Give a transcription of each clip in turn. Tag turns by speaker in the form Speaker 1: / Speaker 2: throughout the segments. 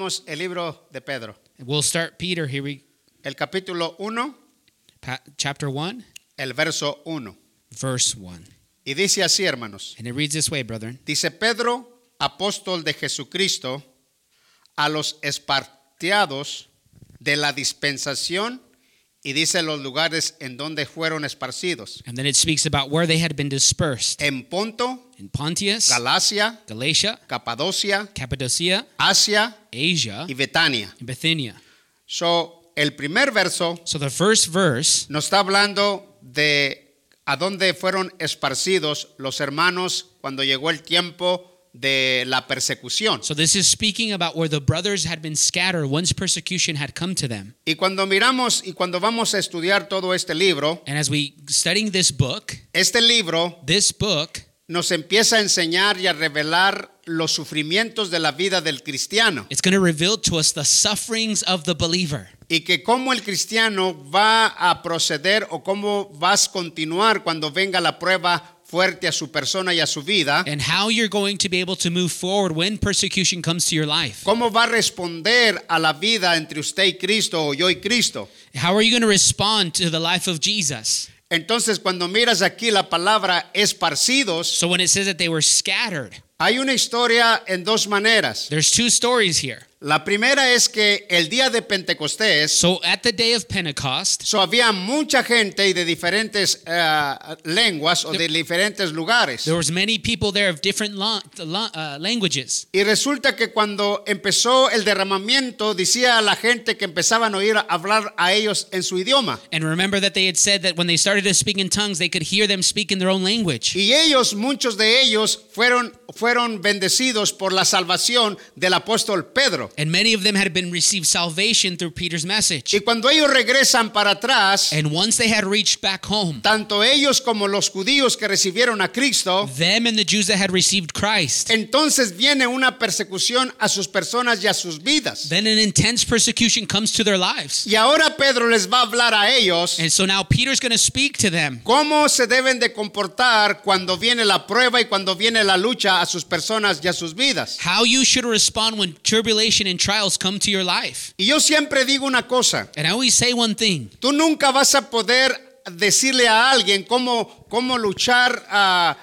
Speaker 1: Leemos el libro de Pedro,
Speaker 2: We'll start Peter. Here we
Speaker 1: el capítulo 1,
Speaker 2: pa- chapter 1,
Speaker 1: el verso 1.
Speaker 2: verse 1.
Speaker 1: Y dice así, hermanos.
Speaker 2: And it reads this way, brethren.
Speaker 1: Dice Pedro, apóstol de Jesucristo, a los esparteados de la dispensación y dice los lugares en donde fueron esparcidos.
Speaker 2: And then it speaks about where they had been dispersed
Speaker 1: En Ponto,
Speaker 2: in Pontius,
Speaker 1: Galacia,
Speaker 2: Galatia,
Speaker 1: Capadocia,
Speaker 2: Cappadocia,
Speaker 1: Asia
Speaker 2: Asia,
Speaker 1: y Betania.
Speaker 2: and Bithynia.
Speaker 1: So, el primer verso
Speaker 2: So the first verse
Speaker 1: nos está hablando de a dónde fueron esparcidos los hermanos cuando llegó el tiempo de la persecución.
Speaker 2: So this is speaking about where the brothers had been scattered once persecution had come to them.
Speaker 1: Y cuando miramos y cuando vamos a estudiar todo este libro,
Speaker 2: And as we studying this book,
Speaker 1: Este libro
Speaker 2: this book
Speaker 1: nos empieza a enseñar y a revelar los sufrimientos de la vida del cristiano
Speaker 2: it's going to reveal to us the sufferings of the believer
Speaker 1: y que cómo el cristiano va a proceder o cómo vas a continuar cuando venga la prueba fuerte a su persona y a su vida,
Speaker 2: and how you're going to be able to move forward when persecution comes to your life.
Speaker 1: cómo va a responder a la vida entre usted y Cristo o yo y Cristo.
Speaker 2: How are you going to respond to the life of Jesus?
Speaker 1: Entonces, cuando miras aquí la palabra esparcidos,
Speaker 2: So when it says that they were scattered,
Speaker 1: hay una historia en dos maneras.
Speaker 2: there's two stories here.
Speaker 1: La primera es que el día de Pentecostés,
Speaker 2: So at the day of Pentecost,
Speaker 1: So, había mucha gente y de diferentes eh, lenguas o de diferentes lugares.
Speaker 2: there was many people there of different lo- lo- uh, languages.
Speaker 1: Y resulta que cuando empezó el derramamiento, decía a la gente que empezaban a oír hablar a ellos en su idioma.
Speaker 2: And remember that they had said that when they started to speak in tongues, they could hear them speak in their own language.
Speaker 1: Y ellos, muchos de ellos, fueron, fueron bendecidos por la salvación del apóstol Pedro.
Speaker 2: And many of them had been received salvation through Peter's message.
Speaker 1: Y cuando ellos regresan para atrás,
Speaker 2: And once they had reached back home,
Speaker 1: tanto ellos como los judíos que recibieron a Cristo,
Speaker 2: them and the Jews that had received Christ,
Speaker 1: entonces viene una persecución a sus personas y a sus vidas.
Speaker 2: then an intense persecution comes to their lives.
Speaker 1: Y ahora Pedro les va a hablar a ellos
Speaker 2: And so now Peter's going to speak to them
Speaker 1: cómo se deben de comportar cuando viene la prueba y cuando viene la lucha a sus personas y a sus vidas.
Speaker 2: how you should respond when tribulation and trials come to your life.
Speaker 1: Y yo siempre digo una cosa,
Speaker 2: And I always say one thing
Speaker 1: tú nunca vas a poder decirle a alguien cómo, cómo luchar a,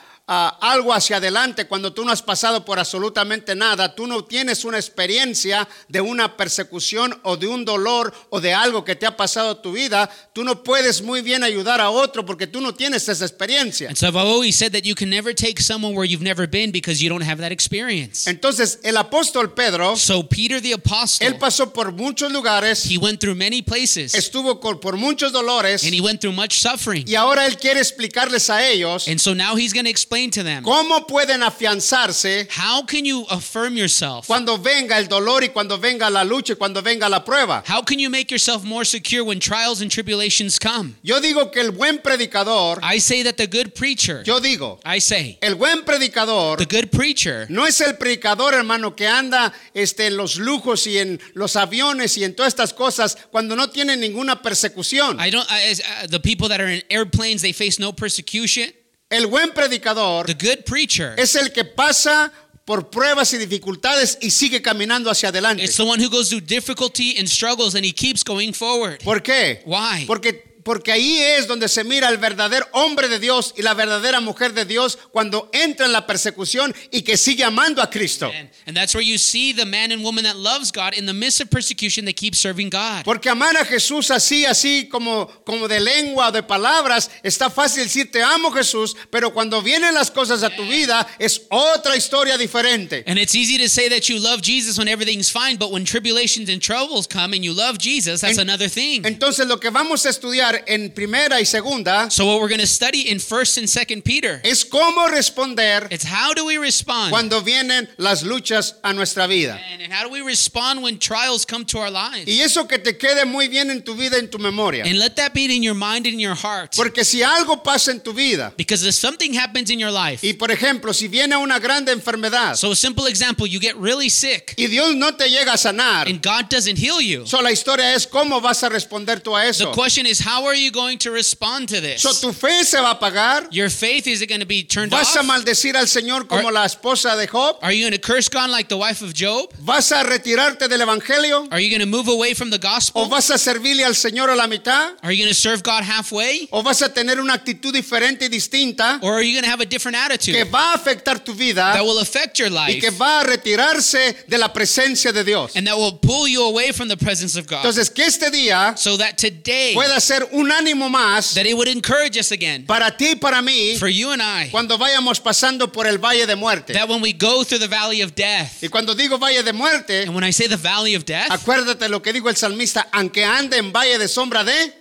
Speaker 1: algo hacia adelante cuando tú no has pasado por absolutamente nada, tú no tienes una experiencia de una persecución o de un dolor o de algo que te ha pasado a tu vida, tú no puedes muy bien ayudar a otro porque tú no tienes esa experiencia.
Speaker 2: And so I've always said that you can never take someone where you've never been because you don't have that experience.
Speaker 1: Entonces, el apóstol Pedro,
Speaker 2: So Peter the apostle,
Speaker 1: él pasó por muchos lugares,
Speaker 2: he went through many places
Speaker 1: estuvo con- por muchos dolores,
Speaker 2: and he went through much suffering.
Speaker 1: y ahora él quiere explicarles a ellos
Speaker 2: And so now he's going to explain to them
Speaker 1: cómo pueden afianzarse
Speaker 2: how can you affirm yourself?
Speaker 1: cuando venga el dolor y cuando venga la lucha y cuando venga la prueba.
Speaker 2: How can you make yourself more secure when trials and tribulations come?
Speaker 1: Yo digo que el buen predicador,
Speaker 2: I say that the good preacher,
Speaker 1: yo digo,
Speaker 2: I say,
Speaker 1: el buen predicador
Speaker 2: the good preacher
Speaker 1: no es el predicador, hermano, que anda este, en los lujos y en los aviones y en todas estas cosas cuando no tiene ninguna persecución.
Speaker 2: I don't. I, as, uh, the people that are in airplanes, they face no persecution.
Speaker 1: El buen predicador
Speaker 2: The good preacher
Speaker 1: es el que pasa por pruebas y dificultades y sigue caminando hacia adelante.
Speaker 2: it's the one who goes through difficulty and struggles, and he keeps going forward.
Speaker 1: ¿Por qué?
Speaker 2: Why?
Speaker 1: Porque porque ahí es donde se mira el verdadero hombre de Dios y la verdadera mujer de Dios cuando entra en la persecución y que sigue amando a Cristo.
Speaker 2: And, and that's where you see the man and woman that loves God in the midst of persecution. They keep serving God.
Speaker 1: Porque amar a Jesús así, así como, como de lengua o de palabras, está fácil decir te amo Jesús, pero cuando vienen las cosas a tu vida es otra historia diferente.
Speaker 2: And it's easy to say that you love Jesus when everything's fine, but when tribulations and troubles come and you love Jesus, that's
Speaker 1: And-
Speaker 2: another thing.
Speaker 1: Entonces lo que vamos a estudiar en primera y segunda
Speaker 2: so what we're going to study in 1st and 2nd Peter,
Speaker 1: es cómo responder
Speaker 2: it's how do we respond?
Speaker 1: cuando vienen las luchas a nuestra vida.
Speaker 2: and, and how do we respond when trials come to our lives?
Speaker 1: Y eso que te quede muy bien en tu vida, en tu memoria.
Speaker 2: And let that be in your mind and in your heart.
Speaker 1: Porque si algo pasa en tu vida,
Speaker 2: Because if something happens in your life,
Speaker 1: y por ejemplo, si viene una grande enfermedad
Speaker 2: so a simple example, you get really sick
Speaker 1: y Dios no te llega a sanar,
Speaker 2: and God doesn't heal you.
Speaker 1: so la historia es cómo vas a responder tú a
Speaker 2: The
Speaker 1: eso.
Speaker 2: question is, how How are you going to respond to this?
Speaker 1: So, tu fe se va a apagar.
Speaker 2: Your faith is it going to be turned
Speaker 1: Vas a
Speaker 2: off?
Speaker 1: maldecir al Señor como
Speaker 2: Are-
Speaker 1: la esposa de Job.
Speaker 2: Are you going to curse God like the wife of Job?
Speaker 1: Vas a retirarte del evangelio.
Speaker 2: Are you going to move away from the
Speaker 1: O
Speaker 2: gospel?
Speaker 1: vas a servirle al Señor a la mitad.
Speaker 2: Are you going to serve God halfway?
Speaker 1: O vas a tener una actitud diferente y distinta
Speaker 2: Or are you going to have a different
Speaker 1: que
Speaker 2: attitude
Speaker 1: va a afectar tu vida
Speaker 2: that will affect your
Speaker 1: y
Speaker 2: life
Speaker 1: que va a retirarse de la presencia de Dios.
Speaker 2: and that will pull you away from the presence of God?
Speaker 1: Entonces, que este día
Speaker 2: So that today,
Speaker 1: pueda ser un ánimo más
Speaker 2: that it would encourage us again,
Speaker 1: para ti y para mí
Speaker 2: for you and I,
Speaker 1: cuando vayamos pasando por el valle de muerte.
Speaker 2: that when we go through the valley of death,
Speaker 1: Y cuando digo valle de muerte,
Speaker 2: and when I say the valley of death,
Speaker 1: acuérdate lo que dijo el salmista, aunque ande en valle de sombra de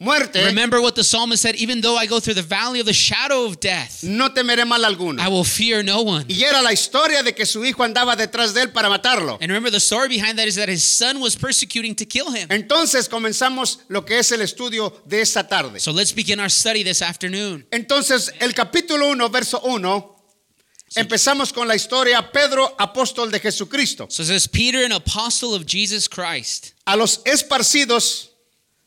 Speaker 1: muerte,
Speaker 2: remember what the psalmist said even though I go through the valley of the shadow of death,
Speaker 1: no temeré mal alguno.
Speaker 2: I will fear no one.
Speaker 1: Y era la historia de que su hijo andaba detrás de él para matarlo.
Speaker 2: And remember, the story behind that is that his son was persecuting to kill him.
Speaker 1: Entonces comenzamos lo que es el estudio de esta tarde.
Speaker 2: So let's begin our study this afternoon.
Speaker 1: Entonces, el capítulo 1, verso 1, empezamos con la historia Pedro, apóstol de Jesucristo,
Speaker 2: So it says, Peter, an apostle of Jesus Christ,
Speaker 1: a los esparcidos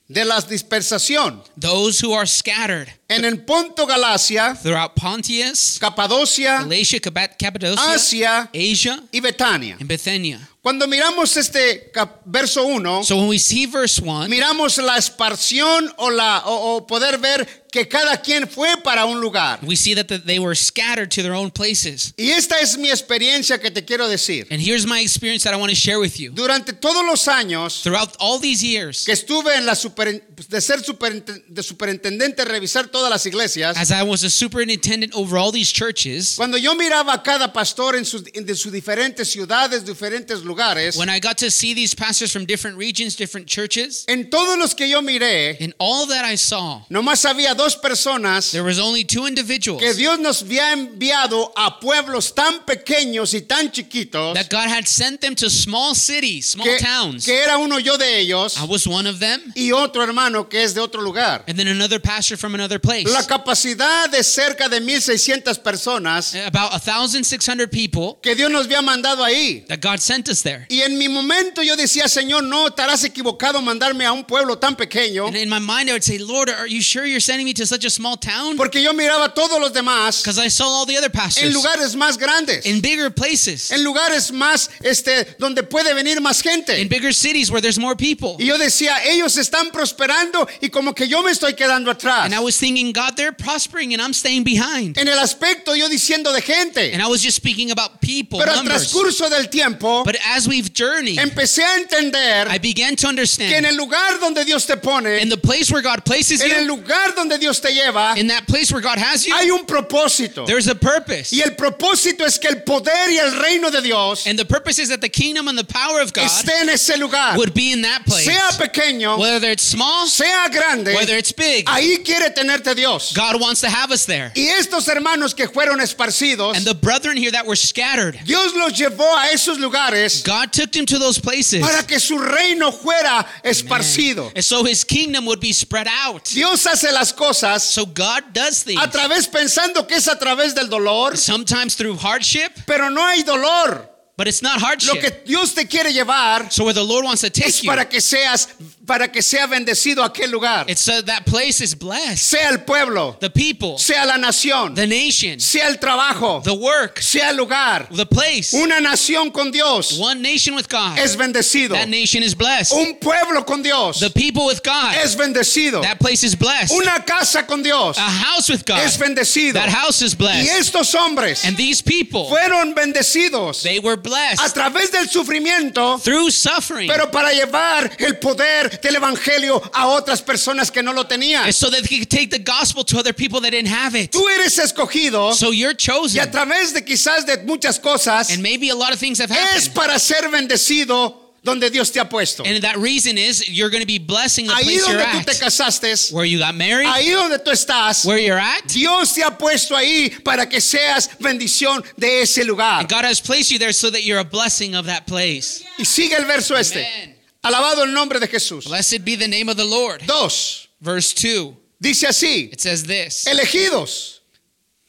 Speaker 1: de la dispersación
Speaker 2: those who are scattered
Speaker 1: en el Ponto, Galacia,
Speaker 2: throughout Pontius,
Speaker 1: Capadocia,
Speaker 2: Galatia, Capa-
Speaker 1: Ah,
Speaker 2: Cappadocia,
Speaker 1: Asia
Speaker 2: Asia,
Speaker 1: y Betania.
Speaker 2: and Bithynia.
Speaker 1: Cuando miramos este cap- verso 1,
Speaker 2: So when we see verse 1,
Speaker 1: miramos la esparción o, la, o- o poder ver que cada quien fue para un lugar.
Speaker 2: we see that that they were scattered to their own places.
Speaker 1: Y esta es mi experiencia que te quiero decir.
Speaker 2: And here's my experience that I want to share with you.
Speaker 1: Durante todos los años
Speaker 2: Throughout all these years,
Speaker 1: que estuve en la superen- de ser superinte- de superintendente revisar todas las iglesias,
Speaker 2: as I was a superintendent over all these churches,
Speaker 1: cuando yo miraba a cada pastor en sus, en de sus diferentes ciudades, diferentes lugares,
Speaker 2: when I got to see these pastors from different regions, different churches,
Speaker 1: en todos los que yo miré,
Speaker 2: in all that I saw,
Speaker 1: nomás había dos personas
Speaker 2: there was only two individuals
Speaker 1: que Dios nos había enviado a pueblos tan pequeños y tan chiquitos
Speaker 2: that God had sent them to small cities, small
Speaker 1: que,
Speaker 2: towns.
Speaker 1: que era uno yo de ellos
Speaker 2: I was one of them,
Speaker 1: y otro hermano que es de otro lugar.
Speaker 2: and then another pastor from another place.
Speaker 1: La capacidad de cerca de 1.600 personas
Speaker 2: Uh, About 1,600 people
Speaker 1: que Dios nos había mandado ahí.
Speaker 2: that God sent us there.
Speaker 1: Y en mi momento yo decía, Señor, no estarás equivocado mandarme a un pueblo tan pequeño,
Speaker 2: And in my mind, I would say, Lord, are you sure you're sending me to such a small town?
Speaker 1: porque yo miraba a todos los demás
Speaker 2: Because I saw all the other
Speaker 1: en
Speaker 2: pastors
Speaker 1: lugares más grandes,
Speaker 2: in bigger places,
Speaker 1: en lugares más, este, donde puede venir más
Speaker 2: in
Speaker 1: gente.
Speaker 2: bigger cities where there's more people.
Speaker 1: Y yo decía, ellos están prosperando y como que yo me estoy quedando atrás.
Speaker 2: And I was thinking, God, they're prospering and I'm staying behind.
Speaker 1: En el aspecto yo diciendo de gente,
Speaker 2: And I was just speaking about people,
Speaker 1: pero al
Speaker 2: numbers.
Speaker 1: transcurso del tiempo
Speaker 2: But as we've journeyed,
Speaker 1: empecé a
Speaker 2: I
Speaker 1: entender
Speaker 2: began to
Speaker 1: que en
Speaker 2: understand
Speaker 1: el lugar donde Dios te
Speaker 2: in
Speaker 1: pone,
Speaker 2: the place where God places
Speaker 1: en el
Speaker 2: you,
Speaker 1: lugar donde Dios te lleva,
Speaker 2: in that place where God has you,
Speaker 1: hay un propósito.
Speaker 2: there's a purpose.
Speaker 1: Y el propósito es que el poder y el reino de Dios
Speaker 2: And the purpose is that the kingdom and the power of God
Speaker 1: esté en ese lugar.
Speaker 2: would be in that place.
Speaker 1: Sea pequeño,
Speaker 2: Whether it's small,
Speaker 1: sea
Speaker 2: whether
Speaker 1: grande,
Speaker 2: it's big,
Speaker 1: ahí quiere tenerte Dios.
Speaker 2: God wants to have us there.
Speaker 1: Y estos hermanos que fueron esparcidos,
Speaker 2: And the brethren here that were scattered,
Speaker 1: Dios los llevó a esos lugares
Speaker 2: God took them to those places.
Speaker 1: para que su reino fuera esparcido.
Speaker 2: And so his kingdom would be spread out.
Speaker 1: Dios hace las cosas
Speaker 2: So God does things.
Speaker 1: a través pensando que es a través del dolor,
Speaker 2: Sometimes through hardship,
Speaker 1: pero no hay dolor.
Speaker 2: but it's not
Speaker 1: Lo que
Speaker 2: hardship.
Speaker 1: Dios te quiere llevar
Speaker 2: So where the Lord wants to
Speaker 1: es
Speaker 2: take you,
Speaker 1: para que seas para que sea bendecido aquel lugar.
Speaker 2: it's so that place is blessed.
Speaker 1: Sea el pueblo,
Speaker 2: The people,
Speaker 1: sea la nación,
Speaker 2: the nation,
Speaker 1: sea el trabajo,
Speaker 2: the work,
Speaker 1: sea el lugar.
Speaker 2: the place.
Speaker 1: Una nación con Dios
Speaker 2: One nation with God.
Speaker 1: es bendecido.
Speaker 2: That nation is blessed.
Speaker 1: Un pueblo con Dios
Speaker 2: The people with God.
Speaker 1: es bendecido.
Speaker 2: That place is blessed.
Speaker 1: Una casa con Dios
Speaker 2: A house with God.
Speaker 1: es bendecido.
Speaker 2: That house is
Speaker 1: Y
Speaker 2: blessed.
Speaker 1: estos hombres
Speaker 2: And these people,
Speaker 1: fueron bendecidos
Speaker 2: they were
Speaker 1: a
Speaker 2: blessed
Speaker 1: través del sufrimiento,
Speaker 2: through suffering.
Speaker 1: pero para llevar el poder del evangelio a otras personas que no lo tenían.
Speaker 2: And so that they could take the gospel to other people that didn't have it.
Speaker 1: Tú eres escogido
Speaker 2: So you're
Speaker 1: y a
Speaker 2: chosen.
Speaker 1: través de quizás de muchas cosas
Speaker 2: And maybe a lot of things have
Speaker 1: es
Speaker 2: happened.
Speaker 1: para ser bendecido donde Dios te ha puesto.
Speaker 2: And that reason is you're going to be blessing the
Speaker 1: Ahí
Speaker 2: place you're
Speaker 1: donde tú te
Speaker 2: at.
Speaker 1: casaste,
Speaker 2: Where you got married,
Speaker 1: ahí donde tú estás,
Speaker 2: where you're at.
Speaker 1: Dios te ha puesto ahí para que seas bendición de ese lugar.
Speaker 2: And God has placed you there so that you're a blessing of that place.
Speaker 1: Y sigue el verso este.
Speaker 2: Amen.
Speaker 1: Alabado el nombre de Jesús.
Speaker 2: Blessed be the name of the Lord.
Speaker 1: Dos.
Speaker 2: Verse 2,
Speaker 1: Dice así.
Speaker 2: it says this.
Speaker 1: Elegidos.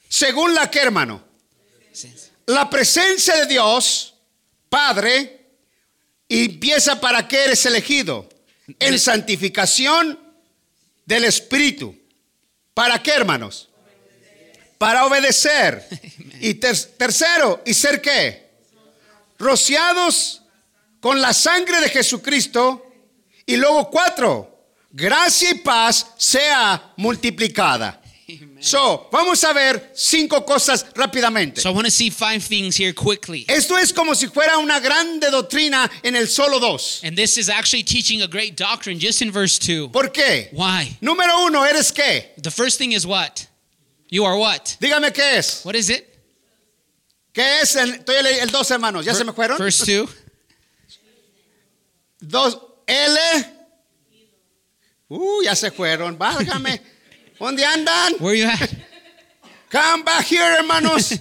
Speaker 1: Según la que, hermano. La presencia de Dios, Padre, y empieza para qué eres elegido. En santificación del Espíritu. ¿Para qué, hermanos? Para obedecer. Y ter- tercero, ¿y ser qué? Rociados con la sangre de Jesucristo. Y luego cuatro, gracia y paz sea multiplicada. So, vamos a ver cinco cosas rápidamente.
Speaker 2: So I want to see five things here quickly.
Speaker 1: Esto es como si fuera una grande doctrina en el solo dos.
Speaker 2: And this is actually teaching a great doctrine just in verse 2.
Speaker 1: ¿Por qué?
Speaker 2: Why?
Speaker 1: Número uno, ¿eres qué?
Speaker 2: The first thing is what? You are what?
Speaker 1: Dígame qué es.
Speaker 2: What is it?
Speaker 1: ¿Qué es? El, estoy el, el dos hermanos. ¿Ya se me fueron?
Speaker 2: Verse 2.
Speaker 1: Dos. L. Uh, ya se fueron. Válgame. ¿Dónde andan?
Speaker 2: Where you at?
Speaker 1: Come back here, hermanos.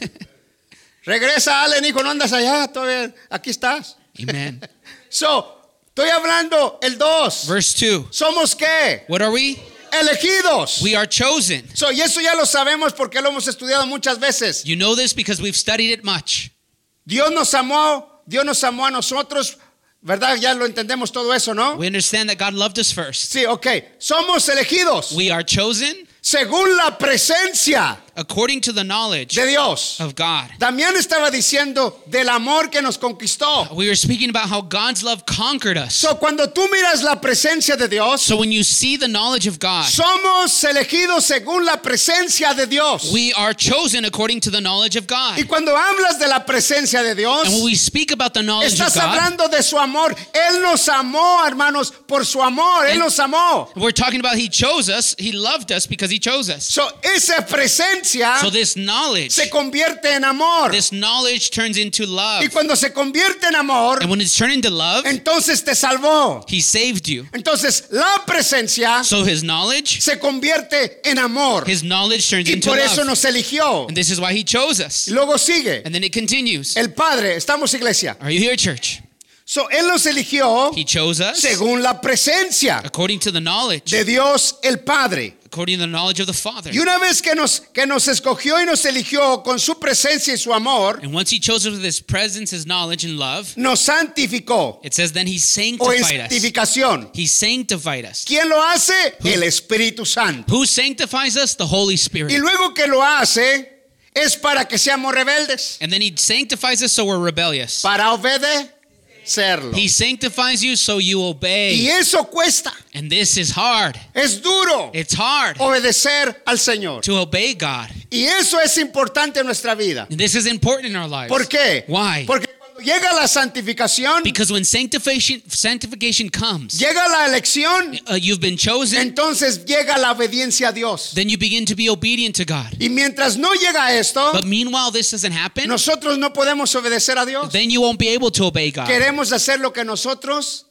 Speaker 1: Regresa, Allen, hijo. No andas allá. Todavía aquí estás.
Speaker 2: Amen.
Speaker 1: So, estoy hablando el dos.
Speaker 2: Verse 2.
Speaker 1: ¿Somos qué?
Speaker 2: What are we?
Speaker 1: Elegidos.
Speaker 2: We are chosen.
Speaker 1: So, y eso ya lo sabemos porque lo hemos estudiado muchas veces.
Speaker 2: You know this because we've studied it much.
Speaker 1: Dios nos amó, Dios nos amó a nosotros, ¿verdad? Ya lo entendemos todo eso, ¿no?
Speaker 2: We understand that God loved us first.
Speaker 1: Sí, ok. Somos elegidos
Speaker 2: We are chosen
Speaker 1: según la presencia
Speaker 2: according to the knowledge
Speaker 1: de Dios.
Speaker 2: of God.
Speaker 1: Damián estaba diciendo del amor que nos conquistó.
Speaker 2: We were speaking about how God's love conquered us.
Speaker 1: So, cuando tú miras la presencia de Dios,
Speaker 2: So when you see the knowledge of God,
Speaker 1: somos elegidos según la presencia de Dios.
Speaker 2: we are chosen according to the knowledge of God.
Speaker 1: Y cuando hablas de la presencia de Dios,
Speaker 2: And when we speak about the knowledge of
Speaker 1: Estás
Speaker 2: God,
Speaker 1: hablando de su amor. Él nos amó, hermanos, por su amor. Él
Speaker 2: And-
Speaker 1: nos amó.
Speaker 2: we're talking about He chose us, He loved us because He chose us.
Speaker 1: So, esa presencia
Speaker 2: So this knowledge,
Speaker 1: se convierte en amor.
Speaker 2: this knowledge turns into love.
Speaker 1: Y cuando se convierte en amor,
Speaker 2: And when it's turned into love,
Speaker 1: entonces te salvó.
Speaker 2: He saved you.
Speaker 1: Entonces la presencia
Speaker 2: So His knowledge,
Speaker 1: se convierte en amor.
Speaker 2: His knowledge turns
Speaker 1: Y
Speaker 2: into
Speaker 1: por eso
Speaker 2: love.
Speaker 1: nos eligió.
Speaker 2: And this is why He chose us.
Speaker 1: Y luego sigue.
Speaker 2: And then it continues.
Speaker 1: El Padre, estamos iglesia.
Speaker 2: Are you here, church?
Speaker 1: So, él nos eligió
Speaker 2: He chose us
Speaker 1: según la presencia
Speaker 2: according to the knowledge,
Speaker 1: de Dios el Padre.
Speaker 2: according to the knowledge of the Father.
Speaker 1: Y una vez que nos, que nos escogió y nos eligió con su presencia y su amor,
Speaker 2: And once He chose us with His presence, His knowledge, and love,
Speaker 1: nos santificó
Speaker 2: it says then He
Speaker 1: o
Speaker 2: sanctified us.
Speaker 1: santificación.
Speaker 2: He sanctified us.
Speaker 1: ¿Quién lo hace? El Espíritu Santo.
Speaker 2: Who sanctifies us? The Holy Spirit.
Speaker 1: Y luego que lo hace es para que seamos rebeldes,
Speaker 2: And then He sanctifies us so we're rebellious.
Speaker 1: para obedecerlo.
Speaker 2: He sanctifies you so you
Speaker 1: Y
Speaker 2: obey.
Speaker 1: eso cuesta,
Speaker 2: And this is hard.
Speaker 1: es duro
Speaker 2: It's hard
Speaker 1: obedecer al Señor.
Speaker 2: to obey God.
Speaker 1: Y eso es importante en nuestra vida.
Speaker 2: And this is important in our lives.
Speaker 1: ¿Por qué?
Speaker 2: Why?
Speaker 1: Porque cuando llega la santificación,
Speaker 2: Because when sanctification sanctification comes,
Speaker 1: llega la elección,
Speaker 2: uh, you've been chosen,
Speaker 1: entonces llega la obediencia a Dios.
Speaker 2: then you begin to be obedient to God.
Speaker 1: Y mientras no llega esto,
Speaker 2: But meanwhile, this doesn't happen.
Speaker 1: nosotros no podemos obedecer a Dios.
Speaker 2: Then you won't be able to obey God.
Speaker 1: Queremos hacer lo que nosotros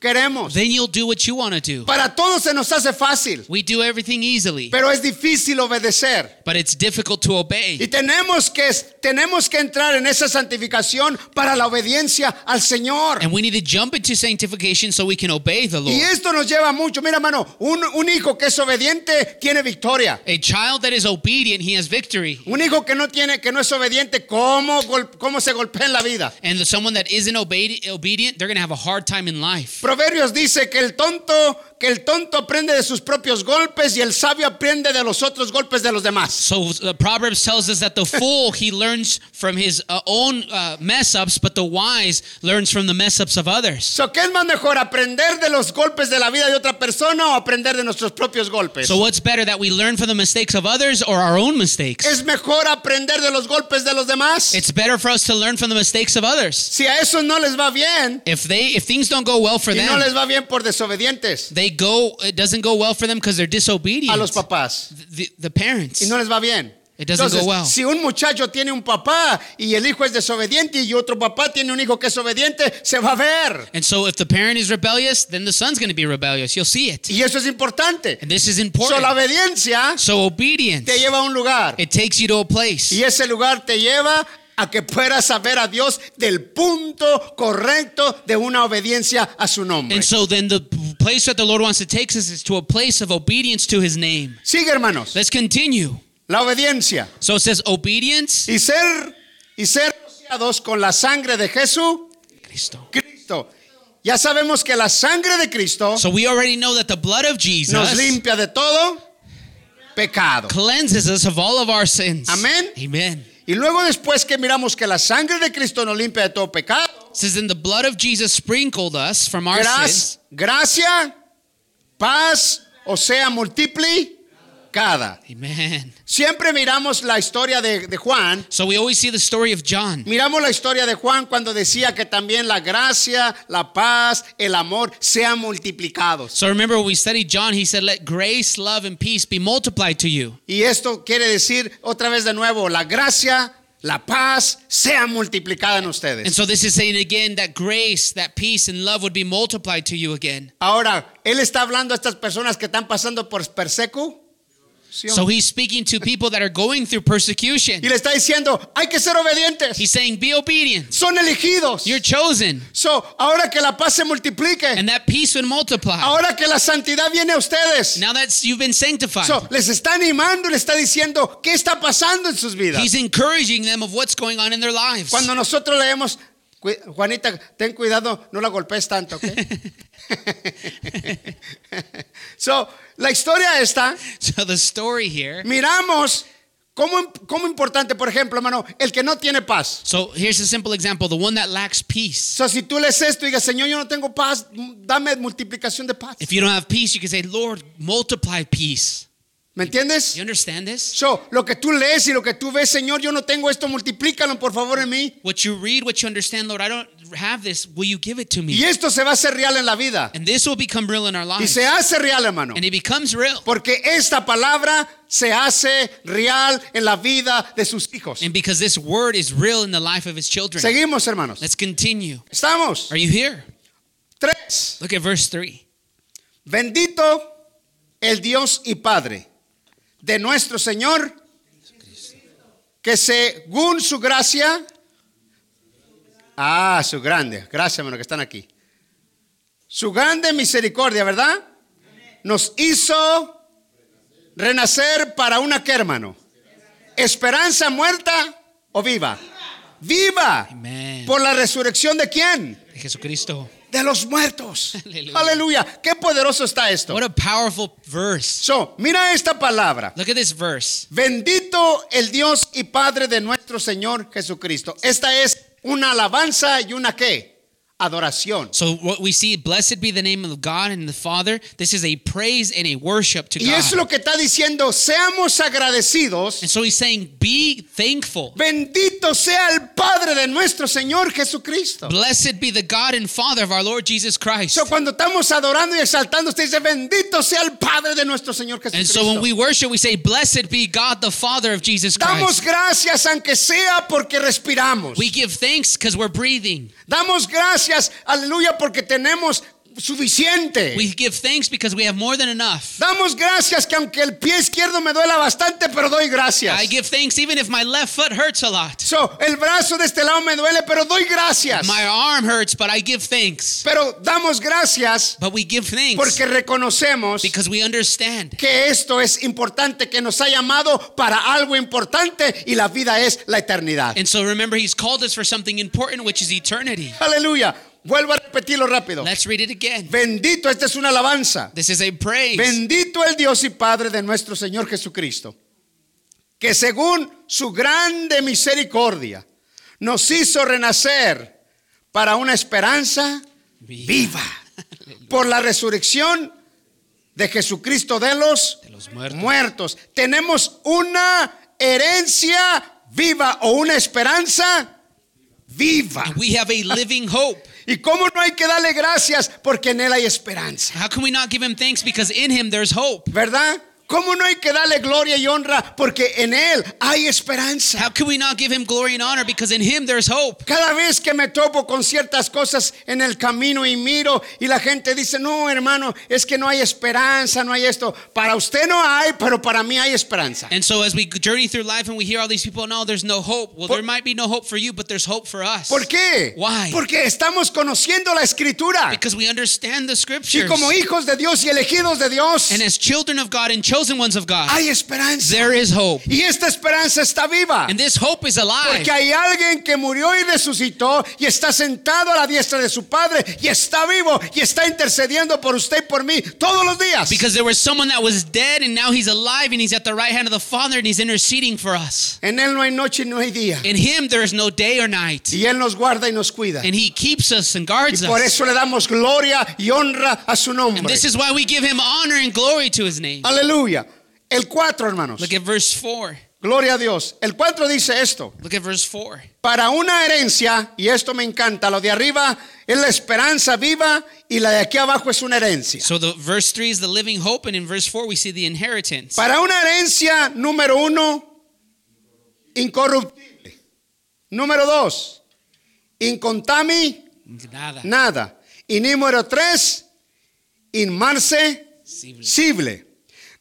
Speaker 1: queremos.
Speaker 2: Then you'll do what you want to do.
Speaker 1: Para todos se nos hace fácil,
Speaker 2: We do everything easily,
Speaker 1: pero es difícil obedecer.
Speaker 2: but it's difficult to
Speaker 1: Y
Speaker 2: obey.
Speaker 1: tenemos que, tenemos que entrar en esa santificación para la obediencia al Señor.
Speaker 2: And we need to jump into sanctification so we can obey the
Speaker 1: Y
Speaker 2: Lord.
Speaker 1: esto nos lleva mucho. Mira, hermano, un, un hijo que es obediente tiene victoria.
Speaker 2: A child that is obedient, he has victory.
Speaker 1: Un hijo que no tiene, que no es obediente, ¿cómo, gol- cómo se golpea en la vida?
Speaker 2: And the- someone that isn't obedi- obedient, they're going to have a hard time in life.
Speaker 1: Proverbios dice que el tonto, que el tonto aprende de sus propios golpes y el sabio aprende de los otros golpes de los demás.
Speaker 2: So uh, Proverbs tells us that the fool he learns from his uh, own uh, mess ups, but the wise learns from the mess ups of others.
Speaker 1: So, ¿qué es más mejor aprender de los golpes de la vida de otra persona o aprender de nuestros propios golpes?
Speaker 2: So what's better that we learn from the mistakes of others or our own mistakes?
Speaker 1: ¿Es mejor aprender de los golpes de los demás?
Speaker 2: It's better for us to learn from the mistakes of others.
Speaker 1: si a eso no les va bien
Speaker 2: If they if things don't go well for
Speaker 1: y no
Speaker 2: them,
Speaker 1: les va bien por desobedientes
Speaker 2: they go it doesn't go well for them because they're
Speaker 1: a los
Speaker 2: disobedient.
Speaker 1: papás
Speaker 2: The,
Speaker 1: y
Speaker 2: the parents.
Speaker 1: no les va bien.
Speaker 2: It doesn't
Speaker 1: Entonces,
Speaker 2: go well.
Speaker 1: si un muchacho tiene un papá y el hijo es desobediente y otro papá tiene un hijo que es obediente, se va a ver.
Speaker 2: And so if the parent is rebellious, then the son's going to be rebellious. You'll see it.
Speaker 1: Y eso es importante.
Speaker 2: And this is
Speaker 1: So, la
Speaker 2: important.
Speaker 1: obediencia
Speaker 2: So obedience
Speaker 1: te lleva a un lugar.
Speaker 2: it takes you to a place.
Speaker 1: Y ese lugar te lleva a que puedas saber a Dios del punto correcto de una obediencia a su nombre.
Speaker 2: And so then the place that the Lord wants to take us is to a place of obedience to his name.
Speaker 1: Sigue, hermanos.
Speaker 2: Let's continue.
Speaker 1: La obediencia.
Speaker 2: So it says obedience.
Speaker 1: Y ser y ser rociados con la sangre de Jesús
Speaker 2: Cristo.
Speaker 1: Cristo. Ya sabemos que la sangre de Cristo
Speaker 2: So we already know that the blood of
Speaker 1: nos
Speaker 2: Jesus
Speaker 1: limpia de todo pecado.
Speaker 2: cleanses us of all of our sins.
Speaker 1: Amén.
Speaker 2: Amen.
Speaker 1: Y luego después que miramos que la sangre de Cristo nos limpia de todo pecado,
Speaker 2: It says, "In the blood of Jesus sprinkled us from our
Speaker 1: gra-
Speaker 2: sins."
Speaker 1: gracia, paz, o sea, multiplicada.
Speaker 2: Amen.
Speaker 1: Siempre miramos la historia de, de Juan.
Speaker 2: So we always see the story of John.
Speaker 1: Miramos la historia de Juan cuando decía que también la gracia, la paz, el amor sean multiplicados.
Speaker 2: So remember when we studied John, he said, "Let grace, love, and peace be multiplied to you."
Speaker 1: Y esto quiere decir otra vez de nuevo, la gracia, la paz sea multiplicada en
Speaker 2: And
Speaker 1: ustedes.
Speaker 2: so this is saying again that grace, that peace, and love would be multiplied to you again.
Speaker 1: Ahora, él está hablando a estas personas que están pasando por persecución.
Speaker 2: So he's speaking to people that are going through
Speaker 1: Y
Speaker 2: persecution.
Speaker 1: le está diciendo, hay que ser obedientes.
Speaker 2: He's saying, "Be obedient.
Speaker 1: Son elegidos.
Speaker 2: You're chosen,
Speaker 1: So, ahora que la paz se multiplique,
Speaker 2: and that peace would multiply."
Speaker 1: ahora que la santidad viene a ustedes.
Speaker 2: Now that's you've been sanctified.
Speaker 1: So, les está animando, le está diciendo qué está pasando en sus vidas.
Speaker 2: He's encouraging them of what's going on in their lives.
Speaker 1: Cuando nosotros leemos, "Cu- Juanita, ten cuidado, no la golpees tanto, ¿ok? so, la historia está,
Speaker 2: So the story here.
Speaker 1: miramos cómo, cómo importante, por ejemplo, hermano, el que no tiene paz.
Speaker 2: So here's a simple example: the one that lacks peace.
Speaker 1: So, si tú lees esto y digas, Señor, yo no tengo paz, m- dame multiplicación de paz.
Speaker 2: If you don't have peace, you can say, "Lord, multiply peace."
Speaker 1: ¿Me
Speaker 2: You
Speaker 1: entiendes?
Speaker 2: understand this?
Speaker 1: So, lo que tú lees y lo que tú ves, Señor, yo no tengo esto, multiplícalo por favor en mí.
Speaker 2: What you read, what you understand, Lord, I don't have this. Will you give it to
Speaker 1: Y
Speaker 2: me?
Speaker 1: esto se va a hacer real en la vida.
Speaker 2: And this will become real in our
Speaker 1: Y
Speaker 2: lives.
Speaker 1: se hace real, hermano.
Speaker 2: And it becomes real.
Speaker 1: Porque esta palabra se hace real en la vida de sus hijos.
Speaker 2: And because this word is real in the life of his children.
Speaker 1: Seguimos, hermanos.
Speaker 2: Let's continue.
Speaker 1: Estamos.
Speaker 2: Are you here?
Speaker 1: Tres.
Speaker 2: Look at verse 3.
Speaker 1: Bendito el Dios y Padre de nuestro Señor, que según su gracia, ah, su grande, gracias, hermano, que están aquí. Su grande misericordia, ¿verdad? Nos hizo renacer para una que, hermano. Esperanza muerta o viva. Viva.
Speaker 2: Amen.
Speaker 1: Por la resurrección de quién?
Speaker 2: Jesucristo.
Speaker 1: de los muertos.
Speaker 2: Aleluya.
Speaker 1: Aleluya. Qué poderoso está esto.
Speaker 2: What a powerful verse.
Speaker 1: So, mira esta palabra.
Speaker 2: Look at this verse.
Speaker 1: Bendito el Dios y Padre de nuestro Señor Jesucristo. Esta es una alabanza y una qué? Adoración.
Speaker 2: So what we see, blessed be the name of God and the Father. This is a praise and a worship to
Speaker 1: Y es
Speaker 2: God.
Speaker 1: lo que está diciendo, seamos agradecidos.
Speaker 2: And so he's saying, be thankful.
Speaker 1: Bendito sea el Padre de nuestro Señor Jesucristo.
Speaker 2: Blessed be the God and Father of our Lord Jesus Christ.
Speaker 1: So, cuando estamos adorando y exaltando, usted dice, bendito sea el Padre de nuestro Señor
Speaker 2: And so when we
Speaker 1: Jesucristo.
Speaker 2: worship, we say, Blessed be God the Father of Jesus
Speaker 1: Damos
Speaker 2: Christ.
Speaker 1: gracias aunque sea porque respiramos.
Speaker 2: We give thanks because we're breathing.
Speaker 1: Damos gracias, aleluya, porque tenemos suficiente.
Speaker 2: We give thanks because we have more than enough.
Speaker 1: Damos gracias que aunque el pie izquierdo me duela bastante, pero doy gracias.
Speaker 2: I give thanks even if my left foot hurts a lot.
Speaker 1: So, el brazo de este lado me duele, pero doy gracias.
Speaker 2: My arm hurts, but I give thanks.
Speaker 1: Pero damos gracias
Speaker 2: But we give thanks
Speaker 1: porque reconocemos
Speaker 2: because we understand
Speaker 1: que esto es importante, que nos ha llamado para algo importante y la vida es la eternidad.
Speaker 2: And so remember, he's called us for something important, which is eternity.
Speaker 1: Aleluya. Vuelvo a repetirlo rápido.
Speaker 2: Let's read it again.
Speaker 1: Bendito, esta es una alabanza.
Speaker 2: This is a praise.
Speaker 1: Bendito el Dios y Padre de nuestro Señor Jesucristo, que según su grande misericordia nos hizo renacer para una esperanza viva por la resurrección de Jesucristo de los
Speaker 2: De los muertos.
Speaker 1: muertos. Tenemos una herencia viva o una esperanza viva.
Speaker 2: We have a living hope.
Speaker 1: ¿Y cómo no hay que darle gracias? Porque en Él hay esperanza.
Speaker 2: How can we not give him thanks? Because in him there's hope.
Speaker 1: ¿Verdad? ¿Cómo no hay que darle gloria y honra? Porque en Él hay esperanza.
Speaker 2: How can we not give him glory and honor? Because in him there's hope.
Speaker 1: Cada vez que me topo con ciertas cosas en el camino y miro y la gente dice, no hermano, es que no hay esperanza, no hay esto. Para usted no hay, pero para mí hay esperanza.
Speaker 2: And so as we journey through life and we hear all these people, no, there's no hope. Well,
Speaker 1: Por-
Speaker 2: there might be no hope for you, but there's hope for us.
Speaker 1: ¿Por qué?
Speaker 2: Why?
Speaker 1: Porque estamos conociendo la escritura.
Speaker 2: Because we understand the
Speaker 1: Y
Speaker 2: scriptures.
Speaker 1: como hijos de Dios y elegidos de Dios,
Speaker 2: And as children of God and chosen ones of God,
Speaker 1: Hay esperanza.
Speaker 2: there is hope.
Speaker 1: Y esta esperanza está viva.
Speaker 2: And this hope is alive.
Speaker 1: Porque hay alguien que murió y resucitó y está sentado a la diestra de su Padre y está vivo y está intercediendo por usted y por mí todos los días.
Speaker 2: Because there was someone that was dead and now he's alive and he's at the right hand of the Father and he's interceding for us.
Speaker 1: en Él no hay noche y no hay día.
Speaker 2: In him there is no day or night.
Speaker 1: Y Él nos guarda y nos cuida.
Speaker 2: And he keeps us and
Speaker 1: Y
Speaker 2: guards
Speaker 1: por
Speaker 2: us.
Speaker 1: eso le damos gloria y honra a su
Speaker 2: And
Speaker 1: nombre.
Speaker 2: this is why we give him honor and glory to his name.
Speaker 1: Aleluya. El 4, hermanos.
Speaker 2: Look at verse 4.
Speaker 1: Gloria a Dios. El 4 dice esto.
Speaker 2: Look at verse 4.
Speaker 1: Para una herencia, y esto me encanta, lo de arriba es la esperanza viva y la de aquí abajo es una herencia.
Speaker 2: So the verse 3 is the living hope and in verse 4 we see the inheritance.
Speaker 1: Para una herencia, número uno, incorruptible. Número dos, incontami,
Speaker 2: Nada.
Speaker 1: nada. Y número tres, inmarse, sible.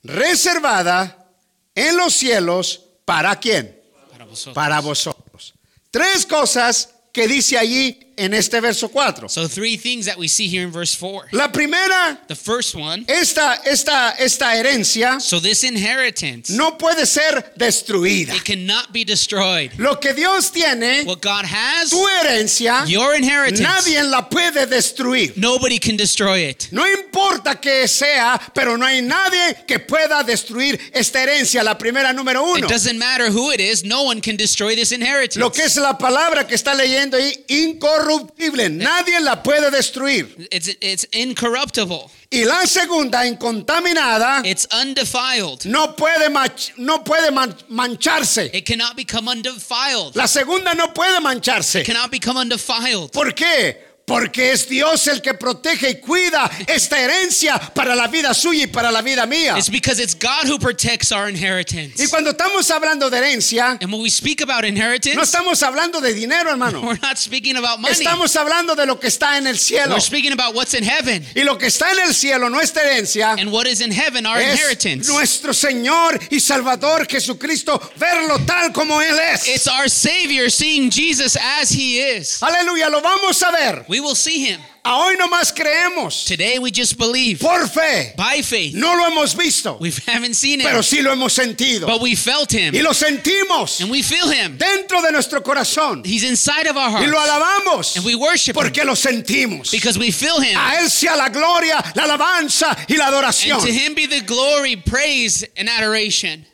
Speaker 1: Reservada en los cielos, ¿para quién?
Speaker 2: Para vosotros.
Speaker 1: Para vosotros. Tres cosas que dice allí en este verso 4.
Speaker 2: So three things that we see here in verse 4.
Speaker 1: La primera,
Speaker 2: The first one,
Speaker 1: esta, esta, esta herencia
Speaker 2: so this inheritance,
Speaker 1: no puede ser destruida.
Speaker 2: it cannot be destroyed.
Speaker 1: Lo que Dios tiene,
Speaker 2: What God has,
Speaker 1: tu herencia,
Speaker 2: your inheritance,
Speaker 1: nadie la puede destruir.
Speaker 2: nobody can destroy it.
Speaker 1: No importa que sea, pero no hay nadie que pueda destruir esta herencia, la primera número uno.
Speaker 2: It doesn't matter who it is, no one can destroy this inheritance.
Speaker 1: Lo que es la palabra que está leyendo ahí,
Speaker 2: Eh.
Speaker 1: incorruptible, nadie la puede destruir.
Speaker 2: It's, it's incorruptible,
Speaker 1: Y la segunda, incontaminada,
Speaker 2: it's undefiled,
Speaker 1: no puede, mach- no puede man- mancharse.
Speaker 2: it cannot become undefiled,
Speaker 1: La segunda no puede mancharse.
Speaker 2: it cannot become undefiled.
Speaker 1: ¿Por qué? Porque es Dios el que protege y cuida esta herencia para la vida suya y para la vida mía.
Speaker 2: It's because it's God who protects our
Speaker 1: Y
Speaker 2: inheritance.
Speaker 1: cuando estamos hablando de herencia,
Speaker 2: And when we speak about
Speaker 1: no
Speaker 2: inheritance,
Speaker 1: estamos hablando de dinero, hermano.
Speaker 2: we're not speaking about money.
Speaker 1: Estamos hablando de lo que está en el cielo.
Speaker 2: We're speaking about what's in heaven.
Speaker 1: Y lo que está en el cielo, nuestra herencia,
Speaker 2: And what is in heaven, our
Speaker 1: es
Speaker 2: inheritance.
Speaker 1: nuestro Señor y Salvador Jesucristo, verlo tal como Él es.
Speaker 2: It's our Savior seeing Jesus as He
Speaker 1: Ah.
Speaker 2: is.
Speaker 1: Aleluya, lo vamos a ver.
Speaker 2: We will see Him.
Speaker 1: A hoy nomás creemos,
Speaker 2: Today we just believe
Speaker 1: por fe.
Speaker 2: by faith.
Speaker 1: No lo hemos visto,
Speaker 2: We haven't seen
Speaker 1: pero
Speaker 2: Him,
Speaker 1: sí lo hemos sentido.
Speaker 2: but we felt Him
Speaker 1: Y lo sentimos.
Speaker 2: and we feel Him.
Speaker 1: dentro de nuestro corazón
Speaker 2: He's inside of our
Speaker 1: y lo
Speaker 2: hearts
Speaker 1: alabamos
Speaker 2: and we worship Him
Speaker 1: porque lo sentimos.
Speaker 2: because we feel Him.
Speaker 1: A Él sea la gloria, la alabanza y la adoración.
Speaker 2: And to Him be the glory, praise, and adoration.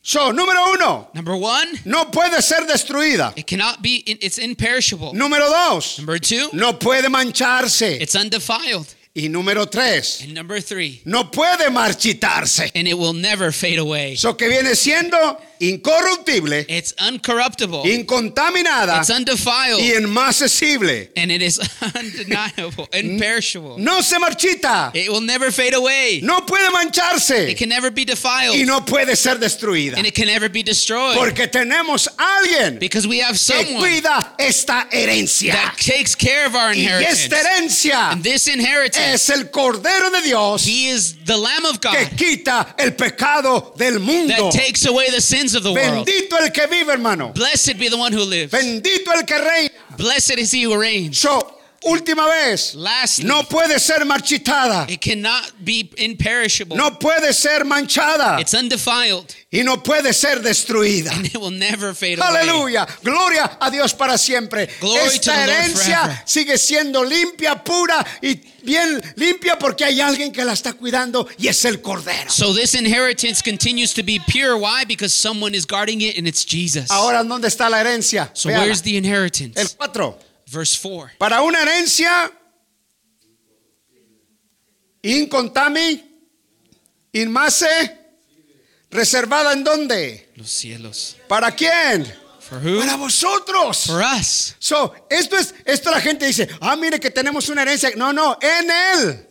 Speaker 1: So, número uno,
Speaker 2: Number one,
Speaker 1: no puede ser destruida.
Speaker 2: it cannot be, it's imperishable.
Speaker 1: Número dos,
Speaker 2: Number two,
Speaker 1: no puede mancharse.
Speaker 2: it's undefiled.
Speaker 1: Y número tres,
Speaker 2: And number three,
Speaker 1: no puede marchitarse.
Speaker 2: and it will never fade away.
Speaker 1: Eso que viene siendo incorruptible,
Speaker 2: It's uncorruptible.
Speaker 1: incontaminada
Speaker 2: It's undefiled.
Speaker 1: y enmasecible.
Speaker 2: and it is undeniable, imperishable.
Speaker 1: No se marchita,
Speaker 2: It will never fade away.
Speaker 1: no puede
Speaker 2: It
Speaker 1: mancharse
Speaker 2: can never be defiled,
Speaker 1: y no puede ser destruida.
Speaker 2: and it can never be destroyed
Speaker 1: Porque tenemos a alguien
Speaker 2: because we have
Speaker 1: que
Speaker 2: someone
Speaker 1: cuida esta herencia.
Speaker 2: that takes care of our
Speaker 1: Y
Speaker 2: inheritance.
Speaker 1: esta herencia
Speaker 2: And this inheritance,
Speaker 1: es el Cordero de Dios
Speaker 2: He is the Lamb of
Speaker 1: que
Speaker 2: God
Speaker 1: quita el pecado del mundo.
Speaker 2: that takes away the sins of the world.
Speaker 1: Bendito el que vive, hermano.
Speaker 2: Blessed be the one who lives.
Speaker 1: Bendito el que reina.
Speaker 2: Blessed is he who reigns.
Speaker 1: So, última vez,
Speaker 2: Lastly,
Speaker 1: no puede ser marchitada,
Speaker 2: it cannot be imperishable.
Speaker 1: no puede ser manchada
Speaker 2: It's undefiled,
Speaker 1: y no puede ser destruida.
Speaker 2: and it will never fade away.
Speaker 1: Aleluya, gloria a Dios para siempre.
Speaker 2: Glory to
Speaker 1: Esta
Speaker 2: the Lord
Speaker 1: herencia
Speaker 2: forever.
Speaker 1: sigue siendo limpia, pura y bien limpia porque hay alguien que la está cuidando y es el Cordero.
Speaker 2: So this inheritance continues to be pure. Why? Because someone is guarding it, and it's Jesus.
Speaker 1: Ahora, ¿dónde está la herencia?
Speaker 2: So
Speaker 1: Véala.
Speaker 2: where's the
Speaker 1: El
Speaker 2: inheritance?
Speaker 1: 4.
Speaker 2: Verse 4.
Speaker 1: Para una herencia incontami, inmase, reservada en dónde?
Speaker 2: Los cielos.
Speaker 1: ¿Para quién?
Speaker 2: For who?
Speaker 1: Para vosotros.
Speaker 2: For us.
Speaker 1: So, esto es, esto la gente dice, ah, mire que tenemos una herencia. No, no, en él.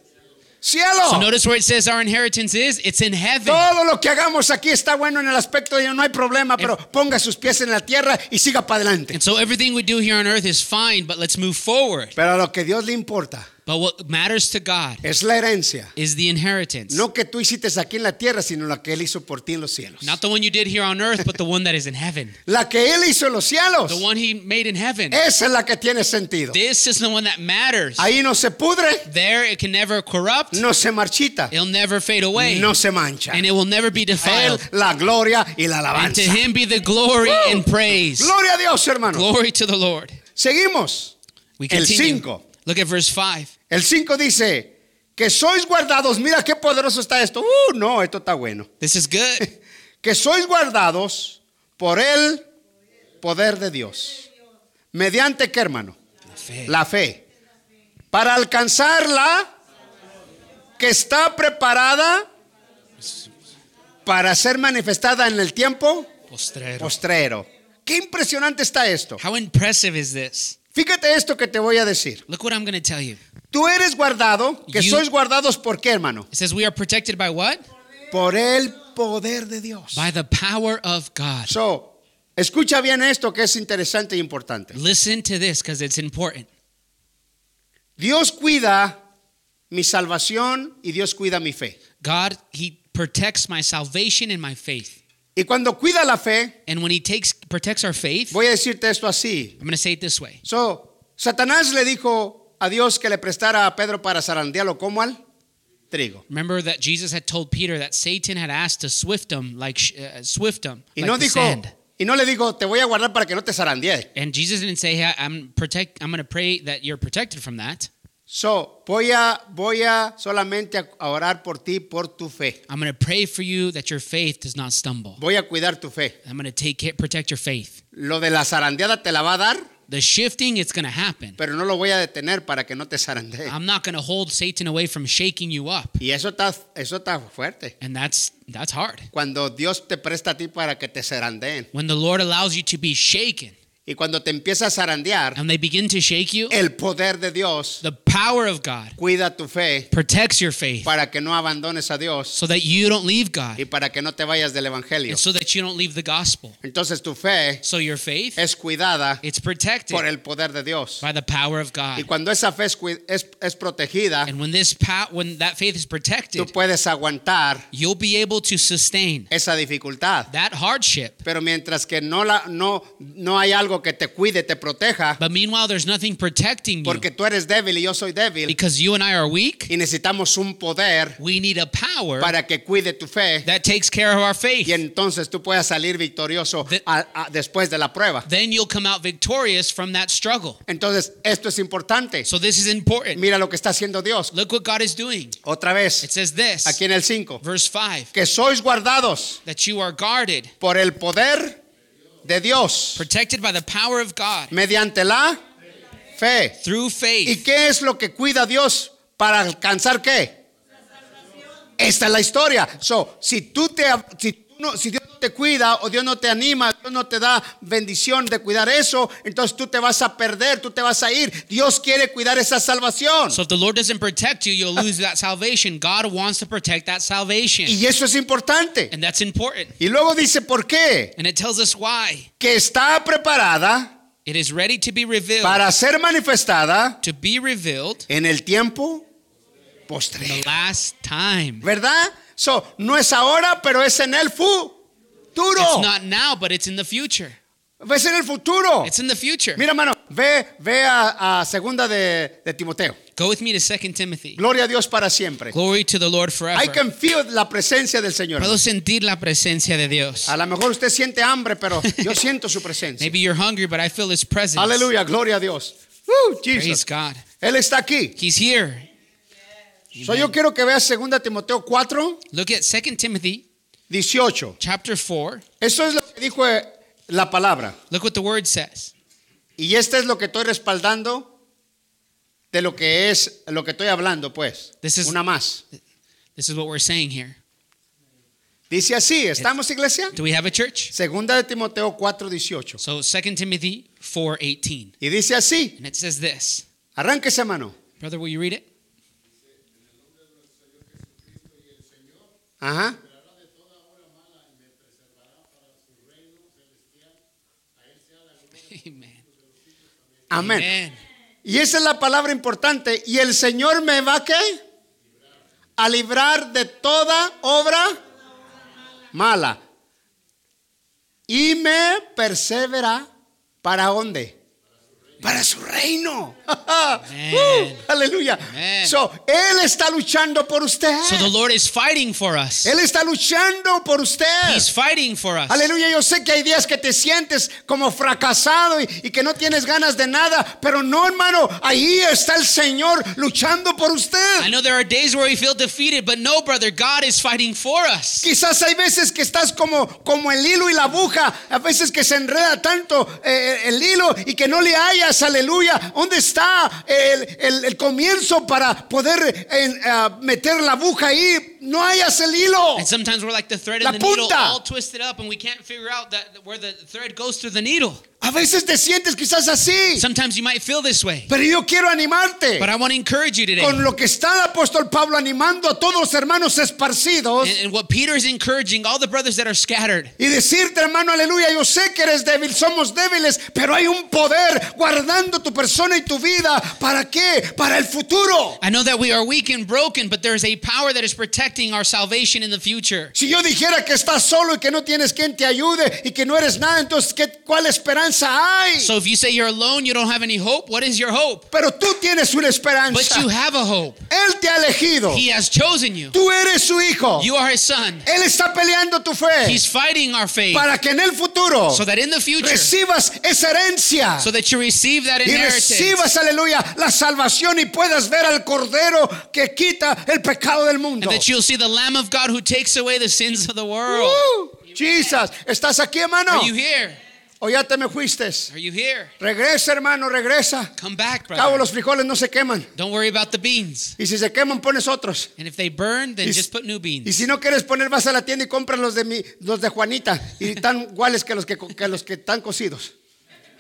Speaker 1: Cielo.
Speaker 2: So notice where it says our inheritance is. It's in
Speaker 1: Oh.
Speaker 2: heaven.
Speaker 1: todo lo que hagamos aquí está bueno en el aspecto de no hay problema, pero ponga sus pies en la tierra y siga para adelante.
Speaker 2: And so everything we do here on earth is fine, but let's move forward.
Speaker 1: Pero a lo que Dios le importa
Speaker 2: But what matters to God
Speaker 1: es la herencia.
Speaker 2: is the inheritance.
Speaker 1: No que tú hiciste aquí en la tierra, sino la que Él hizo por ti en los cielos.
Speaker 2: Not the one you did here on earth, but the one that is in heaven.
Speaker 1: La que Él hizo en los cielos,
Speaker 2: The one he made in heaven.
Speaker 1: esa es la que tiene sentido.
Speaker 2: This is the one that matters.
Speaker 1: Ahí no se pudre,
Speaker 2: There it can never corrupt,
Speaker 1: no se marchita,
Speaker 2: it'll never fade away,
Speaker 1: no se mancha.
Speaker 2: and it will never be
Speaker 1: A Él
Speaker 2: defiled.
Speaker 1: la gloria y la
Speaker 2: And
Speaker 1: alabanza.
Speaker 2: to him be the glory
Speaker 1: Woo!
Speaker 2: and praise.
Speaker 1: Gloria a Dios, hermano.
Speaker 2: Glory to the Lord.
Speaker 1: Seguimos.
Speaker 2: We
Speaker 1: El
Speaker 2: continue.
Speaker 1: cinco.
Speaker 2: Look at verse 5.
Speaker 1: El 5 dice, que sois guardados, mira qué poderoso está esto. Uh, no, esto está bueno.
Speaker 2: This is good.
Speaker 1: Que sois guardados por el poder de Dios. ¿Mediante qué, hermano? La fe. Para alcanzarla que está preparada para ser manifestada en el tiempo
Speaker 2: Postrero.
Speaker 1: postrero. Qué impresionante está esto.
Speaker 2: How impressive is this?
Speaker 1: Fíjate esto que te voy a decir.
Speaker 2: Look what I'm going to tell you.
Speaker 1: Tú eres guardado, que
Speaker 2: You-
Speaker 1: sois guardados por qué, hermano?
Speaker 2: It says we are protected by what?
Speaker 1: Por el poder de Dios.
Speaker 2: By the power of God.
Speaker 1: So, escucha bien esto que es interesante e importante.
Speaker 2: Listen to this because it's important.
Speaker 1: Dios cuida mi salvación y Dios cuida mi fe.
Speaker 2: God, He protects my salvation and my faith.
Speaker 1: Y cuando cuida la fe,
Speaker 2: And when He takes protects our faith,
Speaker 1: voy a decirte esto así.
Speaker 2: I'm going to say it this way.
Speaker 1: So, Satanás le dijo a Dios que le prestara a Pedro para zarandearlo como al trigo.
Speaker 2: Remember that Jesus had told Peter that Satan had asked to swift him like sh- uh, swift him
Speaker 1: Y
Speaker 2: like
Speaker 1: no
Speaker 2: the
Speaker 1: dijo
Speaker 2: sand.
Speaker 1: y no le dijo, "Te voy a guardar para que no te zarandee."
Speaker 2: And Jesus didn't say, "Hey, "I'm protect. I'm going to pray that you're protected from that.
Speaker 1: So, voy a voy a solamente a a orar por ti por tu fe.
Speaker 2: I'm going to pray for you that your faith does not stumble.
Speaker 1: Voy a cuidar tu fe.
Speaker 2: I'm going to take care, protect your faith.
Speaker 1: Lo de la zarandeada te la va a dar,
Speaker 2: The shifting, it's going to happen.
Speaker 1: pero no lo voy a detener para que no te zarandee.
Speaker 2: I'm not going to hold Satan away from shaking you up.
Speaker 1: Y eso está, eso está fuerte.
Speaker 2: And that's that's hard.
Speaker 1: Cuando Dios te presta a ti para que te zarandeen.
Speaker 2: When the Lord allows you to be shaken
Speaker 1: Y cuando te empieza a zarandear,
Speaker 2: and they begin to shake you,
Speaker 1: el poder de Dios
Speaker 2: the power of God
Speaker 1: cuida tu fe
Speaker 2: protects your faith
Speaker 1: para que no abandones a Dios
Speaker 2: so that you don't leave God
Speaker 1: y para que no te vayas del Evangelio.
Speaker 2: and so that you don't leave the gospel.
Speaker 1: Entonces tu fe
Speaker 2: So your faith,
Speaker 1: es cuidada
Speaker 2: it's protected
Speaker 1: por el poder de Dios.
Speaker 2: by the power of
Speaker 1: Y
Speaker 2: God.
Speaker 1: cuando esa fe es, cui- es- es protegida,
Speaker 2: And when this pow- when that faith is
Speaker 1: tú
Speaker 2: protected,
Speaker 1: puedes aguantar
Speaker 2: you'll be able to sustain
Speaker 1: esa dificultad.
Speaker 2: that hardship.
Speaker 1: Pero mientras que no, la, no, no hay algo que te cuide, te proteja,
Speaker 2: But meanwhile, there's nothing protecting you
Speaker 1: porque tú eres débil y yo soy débil,
Speaker 2: because you and I are weak.
Speaker 1: y necesitamos un poder
Speaker 2: We need a power
Speaker 1: para que cuide tu fe,
Speaker 2: that takes care of our faith.
Speaker 1: y entonces tú puedas salir victorioso
Speaker 2: The-
Speaker 1: a- a- después de la prueba.
Speaker 2: Then you'll come out victorious from that struggle.
Speaker 1: Entonces, esto es importante.
Speaker 2: So this is important.
Speaker 1: Mira lo que está haciendo Dios.
Speaker 2: Look what God is doing.
Speaker 1: Otra
Speaker 2: It
Speaker 1: vez,
Speaker 2: says this,
Speaker 1: aquí en el 5,
Speaker 2: verse 5,
Speaker 1: que sois guardados
Speaker 2: that you are guarded,
Speaker 1: por el poder de Dios
Speaker 2: protected by the power of God
Speaker 1: mediante la fe.
Speaker 2: through
Speaker 1: ¿Y
Speaker 2: faith.
Speaker 1: qué es lo que cuida Dios para alcanzar qué? Esta es la historia. So, si tú te si, tú no- si Dios no te cuida o Dios no te anima, Dios no te da bendición de cuidar eso, entonces tú te vas a perder, tú te vas a ir. Dios quiere cuidar esa salvación.
Speaker 2: So if the Lord doesn't protect you, you'll lose that salvation. God wants to protect that salvation.
Speaker 1: y eso es importante.
Speaker 2: And that's important.
Speaker 1: Y luego dice, ¿por qué?
Speaker 2: And it tells us why.
Speaker 1: Que está preparada
Speaker 2: It is ready to be revealed,
Speaker 1: para ser manifestada
Speaker 2: to be revealed
Speaker 1: en el tiempo
Speaker 2: in the
Speaker 1: postrero.
Speaker 2: last time.
Speaker 1: ¿Verdad? So, no es ahora, pero es en el futuro.
Speaker 2: It's not now, but it's in the future.
Speaker 1: Ves en el futuro.
Speaker 2: It's in the future.
Speaker 1: Mira, hermano, ve, ve a, a segunda de, de Timoteo.
Speaker 2: Go with me to 2 Timothy.
Speaker 1: Gloria a Dios para siempre.
Speaker 2: Glory to the Lord
Speaker 1: Hay
Speaker 2: forever.
Speaker 1: que feel la presencia del Señor.
Speaker 2: Puedo sentir la presencia de Dios.
Speaker 1: A lo mejor usted siente hambre, pero yo siento su presencia.
Speaker 2: Maybe you're hungry, but I feel His presence.
Speaker 1: Aleluya, gloria a Dios. Uh,
Speaker 2: Praise
Speaker 1: Jesus.
Speaker 2: God.
Speaker 1: Él está aquí.
Speaker 2: He's here.
Speaker 1: So, yo quiero que veas segunda Timoteo 4,
Speaker 2: Look at 2 Timothy
Speaker 1: 18.
Speaker 2: chapter 4.
Speaker 1: Eso es lo que dijo eh, la palabra.
Speaker 2: Look what the word says.
Speaker 1: Y este es lo que estoy respaldando de lo que es, lo que estoy hablando, pues.
Speaker 2: This is-
Speaker 1: Una más.
Speaker 2: This is what we're saying here.
Speaker 1: Dice así, ¿estamos iglesia?
Speaker 2: Do we have a church?
Speaker 1: Segunda de Timoteo 4:18.
Speaker 2: So 2 Timothy 4:18.
Speaker 1: Y dice así,
Speaker 2: And it says this.
Speaker 1: arránquese mano.
Speaker 2: Brother, will you read it?
Speaker 1: Ajá.
Speaker 2: Amen.
Speaker 1: Amén.
Speaker 2: Amen.
Speaker 1: Y esa es la palabra importante. Y el Señor me va ¿qué? a librar de toda obra mala. Y me persevera para dónde? Para su reino. Uh, aleluya.
Speaker 2: Amen.
Speaker 1: So, él está luchando por usted.
Speaker 2: So the Lord is fighting for us.
Speaker 1: él está luchando por usted.
Speaker 2: He's fighting for us.
Speaker 1: Aleluya, yo sé que hay días que te sientes como fracasado y, y que no tienes ganas de nada, pero no, hermano, ahí está el Señor luchando por
Speaker 2: I
Speaker 1: usted.
Speaker 2: know there are days where we feel defeated, but no, brother, God is fighting for us.
Speaker 1: Quizás hay veces que estás como, como el hilo y la aguja, a veces que se enreda tanto eh, el hilo y que no le hallas, aleluya, ¿dónde está el, el- el comienzo para poder eh, ah, meter la aguja ahí? No hallas el hilo.
Speaker 2: And sometimes we're like the thread
Speaker 1: La
Speaker 2: and the needle
Speaker 1: punta.
Speaker 2: all twisted up, and we can't figure out that where the thread goes through the needle.
Speaker 1: A veces te sientes quizás así,
Speaker 2: Sometimes you might feel this way,
Speaker 1: pero yo quiero animarte.
Speaker 2: but I want to encourage you today.
Speaker 1: con
Speaker 2: And,
Speaker 1: lo que está el apóstol Pablo animando a todos los hermanos esparcidos
Speaker 2: and what Peter is encouraging all the brothers that are scattered.
Speaker 1: y decirte, hermano, aleluya, yo sé que eres débil, somos débiles, pero hay un poder guardando tu persona y tu vida. ¿Para qué? Para el futuro.
Speaker 2: I know that we are weak and broken, but there is a power that is protecting our salvation in the future.
Speaker 1: Si yo dijera que estás solo y que no tienes quien te ayude y que no eres nada, entonces ¿qué, ¿cuál esperanza hay?
Speaker 2: So if you say you're alone, you don't have any hope, what is your hope?
Speaker 1: Pero tú tienes una
Speaker 2: But
Speaker 1: esperanza.
Speaker 2: you have a hope.
Speaker 1: Él te ha elegido.
Speaker 2: He has chosen you.
Speaker 1: Tú eres su hijo.
Speaker 2: You are his son.
Speaker 1: Él está peleando tu fe
Speaker 2: He's fighting our faith
Speaker 1: para que en el futuro
Speaker 2: so that in the future,
Speaker 1: recibas esa herencia.
Speaker 2: so that you receive that
Speaker 1: y
Speaker 2: inheritance
Speaker 1: recibas, aleluya, la salvación y puedas ver al Cordero que quita el pecado del mundo.
Speaker 2: and that you'll see the Lamb of God who takes away the sins of the world.
Speaker 1: Uh, Jesus, ¿estás aquí, hermano?
Speaker 2: Are you here?
Speaker 1: ¿O ya te me fuiste?
Speaker 2: Are you here?
Speaker 1: Regresa, hermano, regresa.
Speaker 2: Come back,
Speaker 1: Cabo,
Speaker 2: brother.
Speaker 1: los frijoles no se queman.
Speaker 2: Don't worry about the beans.
Speaker 1: Y si se queman, pones otros.
Speaker 2: And if they burn, then
Speaker 1: He's-
Speaker 2: just put new
Speaker 1: Y
Speaker 2: beans.
Speaker 1: si no quieres poner, vas a la tienda y compras los de, mi, los de Juanita. Y tan iguales que los que, co- que los que están cocidos.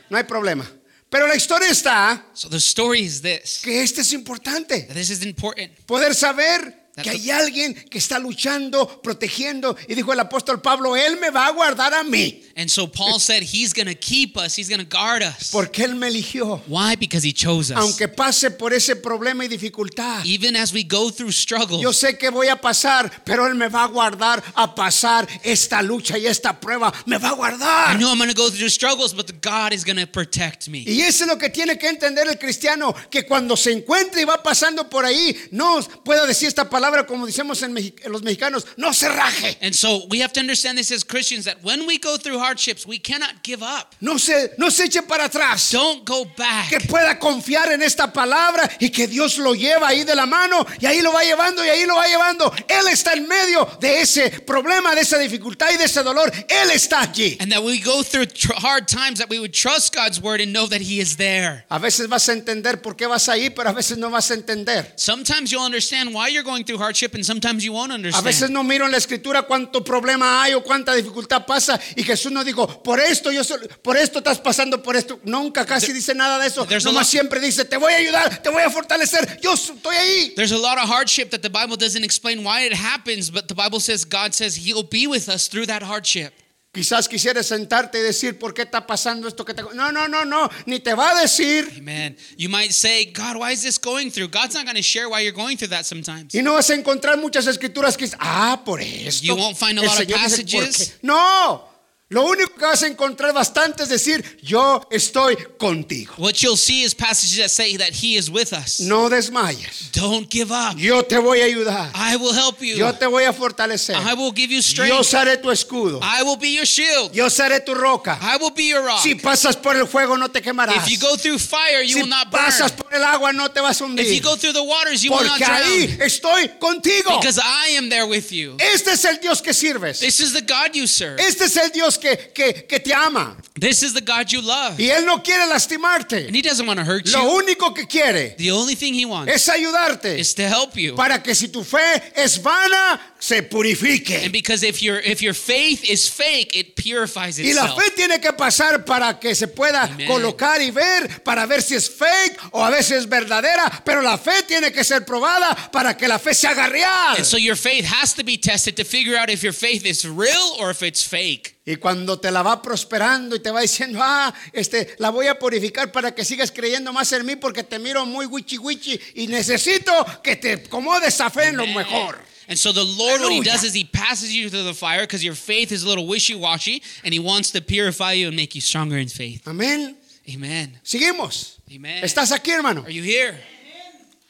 Speaker 1: No hay problema. Pero la historia está
Speaker 2: So the story is this.
Speaker 1: que este es importante.
Speaker 2: that This is important.
Speaker 1: Poder saber
Speaker 2: That's
Speaker 1: que hay
Speaker 2: the-
Speaker 1: alguien que está luchando, protegiendo. Y dijo el apóstol Pablo, Él me va a guardar a mí,
Speaker 2: And so Paul said he's going to keep us. He's going to guard us.
Speaker 1: porque Él me eligió.
Speaker 2: Why? Because he chose us.
Speaker 1: Aunque pase por ese problema y dificultad,
Speaker 2: Even as we go through
Speaker 1: yo
Speaker 2: struggles,
Speaker 1: sé que voy a pasar, pero Él me va a guardar a pasar esta lucha y esta prueba. Me va a
Speaker 2: I
Speaker 1: guardar.
Speaker 2: know I'm going to go through struggles, but God is going to protect me.
Speaker 1: Y eso es lo que tiene que entender el cristiano, que cuando se encuentra y va pasando por ahí, no pueda decir esta palabra como decimos en Mex- en los mexicanos, no se raje,
Speaker 2: And so we have to understand this as Christians that when we go through hardships, we cannot give up.
Speaker 1: no se, no se eche para atrás.
Speaker 2: Don't go back.
Speaker 1: que pueda confiar en esta palabra y que Dios lo lleva ahí de la mano y ahí lo va llevando y ahí lo va llevando. Él está en medio de ese problema, de esa dificultad y de ese dolor. Él está allí.
Speaker 2: And that we go through tr- hard times, that we would trust God's word and know that He is there.
Speaker 1: A veces vas a entender por qué vas ahí, pero a veces no vas a entender.
Speaker 2: Sometimes you'll understand why you're going through hardship, and sometimes you won't
Speaker 1: A veces
Speaker 2: understand.
Speaker 1: no miro en la escritura cuánto problema hay o cuánta dificultad pasa y Jesús no dijo, por esto yo solo- por esto estás pasando por esto. Nunca casi dice nada de eso.
Speaker 2: There's a
Speaker 1: Nomás
Speaker 2: lot-
Speaker 1: siempre dice, te voy a ayudar, te voy a fortalecer. Yo estoy ahí.
Speaker 2: There's a lot of hardship that the Bible doesn't explain why it happens, but the Bible says God says He'll be with us through that hardship.
Speaker 1: Quizás quisieras sentarte y decir, ¿por qué está pasando esto que te... No, no, no, no, ni te va a decir.
Speaker 2: Amen. You might say, God, why is this going through? God's not going to share why you're going through that sometimes.
Speaker 1: Y no vas a encontrar muchas escrituras que... Ah, por esto.
Speaker 2: You won't find a
Speaker 1: El
Speaker 2: lot of
Speaker 1: Señor dice, "¿Por
Speaker 2: passages".
Speaker 1: qué?". No, lo único que vas a encontrar bastante es decir, yo estoy contigo.
Speaker 2: What you'll see is passages that say that He is with us.
Speaker 1: No desmayes.
Speaker 2: Don't give up.
Speaker 1: Yo te voy a ayudar.
Speaker 2: I will help you.
Speaker 1: Yo te voy a fortalecer.
Speaker 2: I will give you
Speaker 1: Yo
Speaker 2: strength.
Speaker 1: seré tu escudo.
Speaker 2: I will be your shield.
Speaker 1: Yo seré tu roca.
Speaker 2: I will be your rock.
Speaker 1: Si pasas por el fuego no te quemarás.
Speaker 2: If you go through fire, you
Speaker 1: si
Speaker 2: will not burn.
Speaker 1: pasas por el agua no te vas a
Speaker 2: If you
Speaker 1: hundir.
Speaker 2: go through the waters, you will not
Speaker 1: Porque
Speaker 2: drown.
Speaker 1: ahí estoy contigo.
Speaker 2: Because I am there with you.
Speaker 1: Este es el Dios que sirves.
Speaker 2: This is the God you serve.
Speaker 1: Este es el Dios que, que, que te ama.
Speaker 2: This is the God you love.
Speaker 1: Y Él no quiere
Speaker 2: And
Speaker 1: lastimarte.
Speaker 2: He doesn't want to hurt
Speaker 1: Lo
Speaker 2: you.
Speaker 1: único que quiere
Speaker 2: The only thing He wants
Speaker 1: es ayudarte
Speaker 2: is to help you.
Speaker 1: para que si tu fe es vana, se
Speaker 2: And
Speaker 1: purifique.
Speaker 2: because if your if your faith is fake, it purifies
Speaker 1: Y la
Speaker 2: itself.
Speaker 1: fe tiene que pasar para que se pueda
Speaker 2: Amen.
Speaker 1: colocar y ver, para ver si es fake o a veces es verdadera. Pero la fe tiene que ser probada para que la fe se haga real.
Speaker 2: And so your faith has to be tested to figure out if your faith is real or if it's fake.
Speaker 1: Y cuando te la va prosperando y te va diciendo, ah, este, la voy a purificar para que sigas creyendo más en mí porque te miro muy wichi wichi y necesito que te acomodes a fe en lo mejor.
Speaker 2: And so the Lord, what He does
Speaker 1: Hallelujah.
Speaker 2: is He passes you through the fire because your faith is a little wishy washy and He wants to purify you and make you stronger in faith.
Speaker 1: Amén.
Speaker 2: Amen.
Speaker 1: Seguimos.
Speaker 2: Amen.
Speaker 1: Estás aquí, hermano.
Speaker 2: Are you here?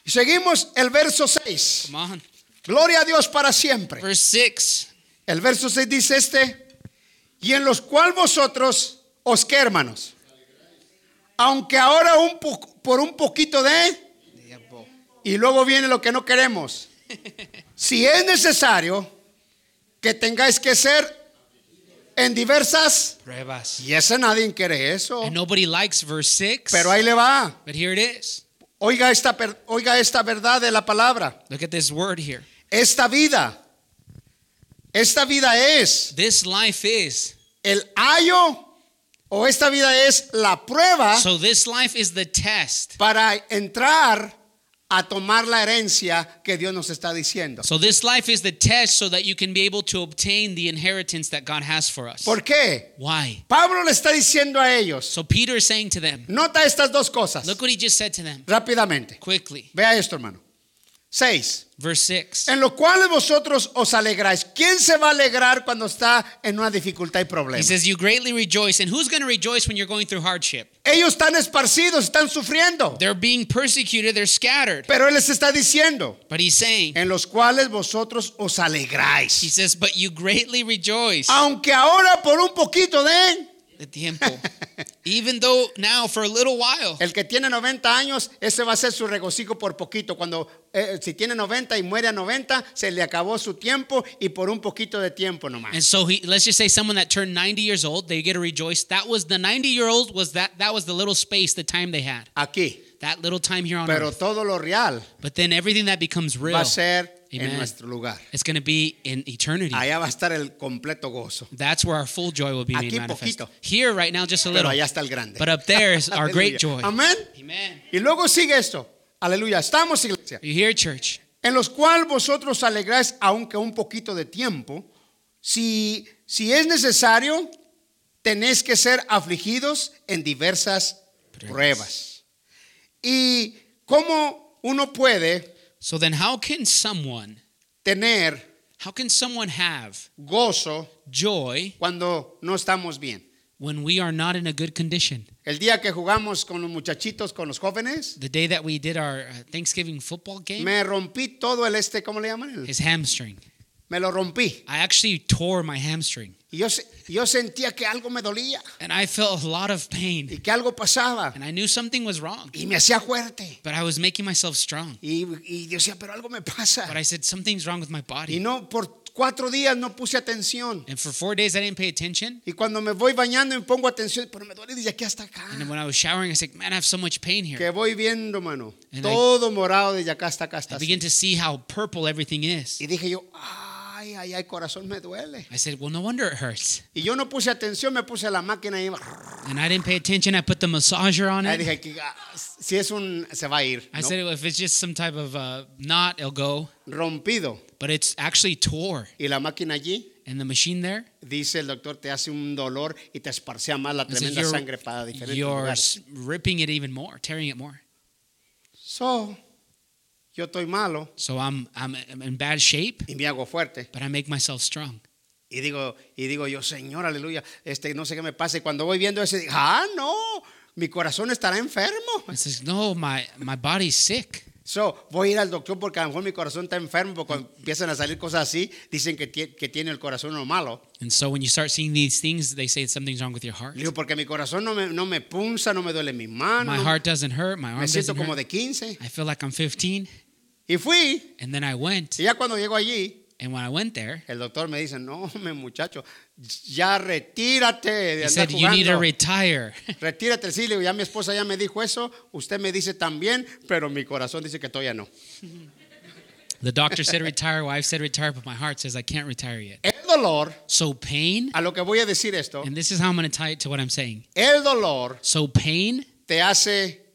Speaker 1: Y Seguimos el verso 6.
Speaker 2: Come on.
Speaker 1: Gloria a Dios para siempre.
Speaker 2: Verse 6
Speaker 1: El verso 6 dice este, y en los cual vosotros os que hermanos, aunque ahora un po- por un poquito de, y luego viene lo que no queremos, si es necesario que tengáis que ser en diversas,
Speaker 2: pruebas.
Speaker 1: y ese nadie quiere eso,
Speaker 2: And nobody likes verse 6.
Speaker 1: pero ahí le va,
Speaker 2: But here it is.
Speaker 1: oiga esta, per- oiga esta verdad de la palabra,
Speaker 2: Look at this word here.
Speaker 1: esta vida, esta vida es
Speaker 2: This life is.
Speaker 1: el ayo o esta vida es la prueba
Speaker 2: So this life is the test.
Speaker 1: para entrar a tomar la herencia que Dios nos está diciendo.
Speaker 2: So this life is the test so that you can be able to obtain the inheritance that God has for us.
Speaker 1: ¿Por qué?
Speaker 2: Why?
Speaker 1: Pablo le está diciendo a ellos,
Speaker 2: So Peter is saying to them,
Speaker 1: nota estas dos cosas
Speaker 2: look what he just said to them
Speaker 1: rápidamente.
Speaker 2: quickly.
Speaker 1: Vea esto, hermano. Seis.
Speaker 2: Verse 6.
Speaker 1: En lo cual vosotros os alegráis. ¿Quién se va a alegrar cuando está en una dificultad y
Speaker 2: He
Speaker 1: problema?
Speaker 2: says, You greatly rejoice. And who's going to rejoice when you're going through hardship?
Speaker 1: Ellos están esparcidos, están sufriendo.
Speaker 2: They're being persecuted, they're scattered.
Speaker 1: Pero él les está diciendo,
Speaker 2: But he's saying,
Speaker 1: en los cuales vosotros os alegráis.
Speaker 2: He says, But you greatly rejoice.
Speaker 1: aunque ahora por un poquito de
Speaker 2: The tiempo. Even though now for a little while.
Speaker 1: el que tiene 90 años, ese va a ser su regocijo por poquito. Cuando eh, si tiene 90 y muere a 90, se le acabó su tiempo y por un poquito de tiempo nomás.
Speaker 2: And so he, let's just say someone that turned 90 years old, they get to rejoice. That was the 90 year old was that that was the little space, the time they had.
Speaker 1: Aquí,
Speaker 2: That little time here on
Speaker 1: pero
Speaker 2: earth.
Speaker 1: todo lo real
Speaker 2: But then everything that becomes real,
Speaker 1: va a ser en
Speaker 2: Amen.
Speaker 1: nuestro lugar.
Speaker 2: it's going to be in eternity.
Speaker 1: Allá va a estar el completo gozo,
Speaker 2: That's where our full joy will be made
Speaker 1: Aquí
Speaker 2: manifest.
Speaker 1: poquito.
Speaker 2: Here right now just a
Speaker 1: pero
Speaker 2: little.
Speaker 1: allá está el grande.
Speaker 2: But up there is our great
Speaker 1: Aleluya.
Speaker 2: joy.
Speaker 1: Amén.
Speaker 2: Amen.
Speaker 1: Y luego sigue esto. Aleluya. Estamos iglesia.
Speaker 2: You hear church?
Speaker 1: en los cuales vosotros alegráis aunque un poquito de tiempo, si, si es necesario, tenéis que ser afligidos en diversas
Speaker 2: Pruebas.
Speaker 1: pruebas. ¿Y cómo uno puede
Speaker 2: So then how can someone
Speaker 1: tener
Speaker 2: how can someone have
Speaker 1: gozo
Speaker 2: joy
Speaker 1: cuando no estamos bien?
Speaker 2: when we are not in a good condition?
Speaker 1: El día que jugamos con los muchachitos, con los jóvenes,
Speaker 2: The day that we did our uh, Thanksgiving football game,
Speaker 1: me rompí todo el este, ¿cómo le llaman? El-
Speaker 2: his hamstring.
Speaker 1: Me lo rompí.
Speaker 2: I actually tore my hamstring
Speaker 1: Y yo, se- yo sentía que algo me dolía
Speaker 2: and I felt a lot of pain
Speaker 1: y que algo pasaba.
Speaker 2: and I knew something was wrong,
Speaker 1: Y me hacía fuerte.
Speaker 2: but I was making myself strong.
Speaker 1: Y, y yo decía, pero algo me
Speaker 2: But
Speaker 1: pasa.
Speaker 2: I said something's wrong with my
Speaker 1: Y
Speaker 2: body.
Speaker 1: no, por cuatro días no puse atención.
Speaker 2: And for 4 days I didn't pay attention.
Speaker 1: Y cuando me voy bañando y me pongo atención, pero me duele desde aquí hasta acá.
Speaker 2: And then when I was showering I said, "Man, I have so much pain
Speaker 1: Que
Speaker 2: here."
Speaker 1: voy viendo, mano.
Speaker 2: And I-
Speaker 1: Todo morado desde acá hasta acá. Hasta
Speaker 2: I
Speaker 1: así.
Speaker 2: began to see how purple everything is.
Speaker 1: Y dije yo, ay, ay, ay, corazón me duele.
Speaker 2: I said, "Well, no wonder it hurts."
Speaker 1: Y yo no puse atención, me puse a la máquina y iba.
Speaker 2: And I didn't pay attention. I put the massager on
Speaker 1: Ahí
Speaker 2: it.
Speaker 1: dije, que, ah, si es un, se va a ir.
Speaker 2: I
Speaker 1: ¿no?
Speaker 2: said, well, if it's just some type of uh, knot, it'll go.
Speaker 1: Rompido.
Speaker 2: But it's actually tore.
Speaker 1: Y la máquina allí,
Speaker 2: And the machine there,
Speaker 1: dice el doctor, te hace un dolor y te esparcía más la
Speaker 2: it's like
Speaker 1: tremenda sangre para diferentes
Speaker 2: you're
Speaker 1: lugares.
Speaker 2: s- ripping it even more, tearing it more.
Speaker 1: So, yo estoy malo
Speaker 2: So I'm, I'm, I'm in bad shape,
Speaker 1: y me hago fuerte.
Speaker 2: but I make myself strong.
Speaker 1: Y digo, y digo yo, Señor, aleluya, este, no sé qué me pasa. Y cuando voy viendo ese, digo, ah, no, mi corazón estará enfermo.
Speaker 2: I says, no, my, my body's sick.
Speaker 1: So, voy a ir al doctor porque a lo mejor mi corazón está enfermo, porque cuando empiezan a salir cosas así, dicen que, tie- que tiene el corazón lo malo.
Speaker 2: And so when you start seeing these things, they say something's wrong with your heart.
Speaker 1: Le digo, porque mi corazón no me, no me punza, no me duele mis manos,
Speaker 2: My
Speaker 1: no-
Speaker 2: heart doesn't hurt. My arm
Speaker 1: me siento
Speaker 2: doesn't
Speaker 1: como
Speaker 2: hurt.
Speaker 1: de 15.
Speaker 2: I feel like I'm 15.
Speaker 1: Y fui,
Speaker 2: And then I went.
Speaker 1: y ya cuando llego allí,
Speaker 2: And when I went there,
Speaker 1: el doctor me dice, no, mi muchacho, ya retírate de
Speaker 2: he
Speaker 1: andar
Speaker 2: said, you need to
Speaker 1: jugando.
Speaker 2: retire.
Speaker 1: Retírate, sí, le digo, ya mi esposa ya me dijo eso, usted me dice también, pero mi corazón dice que todavía no.
Speaker 2: The doctor said retire, wife said retire, but my heart says I can't retire yet.
Speaker 1: El dolor,
Speaker 2: So pain,
Speaker 1: a lo que voy a decir esto,
Speaker 2: and this is how I'm going to tie it to what I'm saying.
Speaker 1: el dolor
Speaker 2: So pain,
Speaker 1: te hace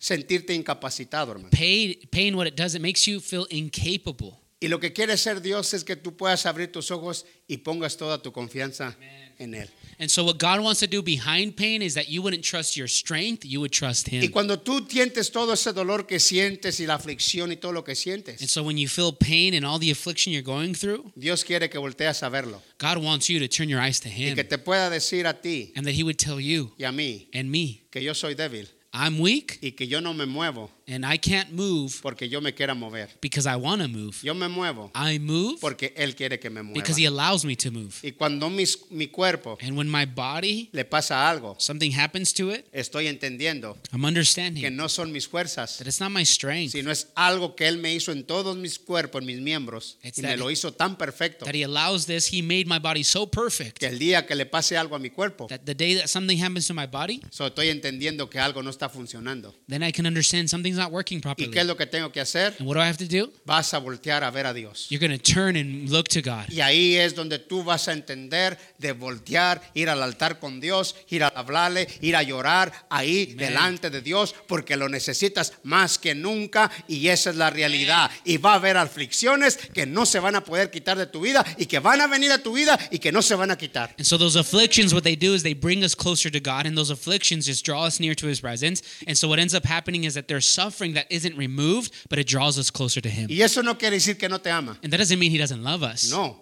Speaker 1: sentirte incapacitado, hermano.
Speaker 2: pain, pain. What it does, it makes you feel incapable.
Speaker 1: Y lo que quiere ser Dios es que tú puedas abrir tus ojos y pongas toda tu confianza en Él.
Speaker 2: And so, what God wants to do behind pain is that you wouldn't trust your strength, you would trust
Speaker 1: Y
Speaker 2: Him.
Speaker 1: cuando tú sientes todo ese dolor que sientes y la aflicción y todo lo que
Speaker 2: And
Speaker 1: sientes,
Speaker 2: so, when you feel pain and all the affliction you're going through,
Speaker 1: Dios quiere que volteas a verlo
Speaker 2: God wants you to turn your eyes to
Speaker 1: y
Speaker 2: Him
Speaker 1: que te pueda decir a ti
Speaker 2: and that He would tell you
Speaker 1: y a mí
Speaker 2: and me,
Speaker 1: que yo soy débil
Speaker 2: I'm weak
Speaker 1: y que yo no me muevo
Speaker 2: and I can't move
Speaker 1: porque yo me quiera mover.
Speaker 2: because I want to move.
Speaker 1: Yo me muevo
Speaker 2: I move
Speaker 1: porque Él quiere que me mueva.
Speaker 2: because He allows me to move.
Speaker 1: Y cuando mis- mi cuerpo
Speaker 2: And when my body,
Speaker 1: le pasa algo,
Speaker 2: something happens to it,
Speaker 1: estoy entendiendo
Speaker 2: I'm
Speaker 1: que
Speaker 2: understanding
Speaker 1: no son mis fuerzas,
Speaker 2: that it's not my strength,
Speaker 1: sino es algo que Él me hizo en todos mis cuerpos, en mis miembros,
Speaker 2: It's
Speaker 1: y
Speaker 2: that-
Speaker 1: me lo hizo tan perfecto
Speaker 2: that He allows this. He made my body so perfect
Speaker 1: que el día que le pase algo a mi cuerpo,
Speaker 2: that the day that something happens to my body,
Speaker 1: so estoy entendiendo que algo no está funcionando.
Speaker 2: then I can understand something's not working
Speaker 1: ¿Y
Speaker 2: properly.
Speaker 1: qué es lo que tengo que hacer?
Speaker 2: And what do I have to do?
Speaker 1: Vas a voltear a ver a Dios.
Speaker 2: You're going to turn and look to God.
Speaker 1: Y ahí es donde tú vas a entender de voltear, ir al altar con Dios, ir a hablarle, ir a llorar ahí delante de Dios, porque lo necesitas más que nunca y esa es la realidad. Y va a haber aflicciones que no se van a poder quitar de tu vida y que van a venir a tu vida y que no se van a quitar.
Speaker 2: And so those afflictions, what they do is they bring us closer to God, and those afflictions just draw us near to His presence. And so what ends up happening is that there's suffering that isn't removed, but it draws us closer to Him.
Speaker 1: Y eso no quiere decir que no te ama.
Speaker 2: And that doesn't mean He doesn't love us.
Speaker 1: No,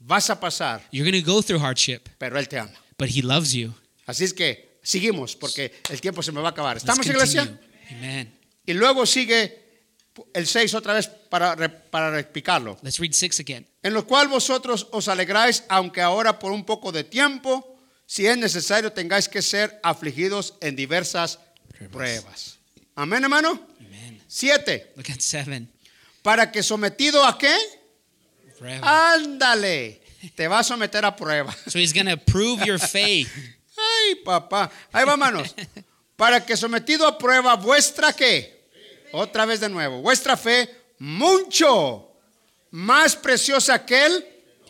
Speaker 1: vas a pasar,
Speaker 2: You're going to go through hardship,
Speaker 1: pero Él te ama.
Speaker 2: but He loves you.
Speaker 1: Así es que seguimos porque el tiempo se me va a acabar.
Speaker 2: Let's
Speaker 1: ¿Estamos,
Speaker 2: continue.
Speaker 1: iglesia?
Speaker 2: Amen.
Speaker 1: Y luego sigue el 6 otra vez para, re- para repicarlo.
Speaker 2: Let's read six again.
Speaker 1: en lo cual vosotros os alegráis, aunque ahora por un poco de tiempo, si es necesario, tengáis que ser afligidos en diversas
Speaker 2: Pruebas.
Speaker 1: pruebas. Amén, hermano.
Speaker 2: Amen.
Speaker 1: Siete.
Speaker 2: Look at seven.
Speaker 1: Para que sometido a qué?
Speaker 2: Forever.
Speaker 1: Ah. Ándale. Te va a someter a prueba.
Speaker 2: So He's going to prove your faith.
Speaker 1: Ay, papá. Ahí va, manos. Para que sometido a prueba vuestra qué? Otra vez de nuevo. Vuestra fe mucho más preciosa que el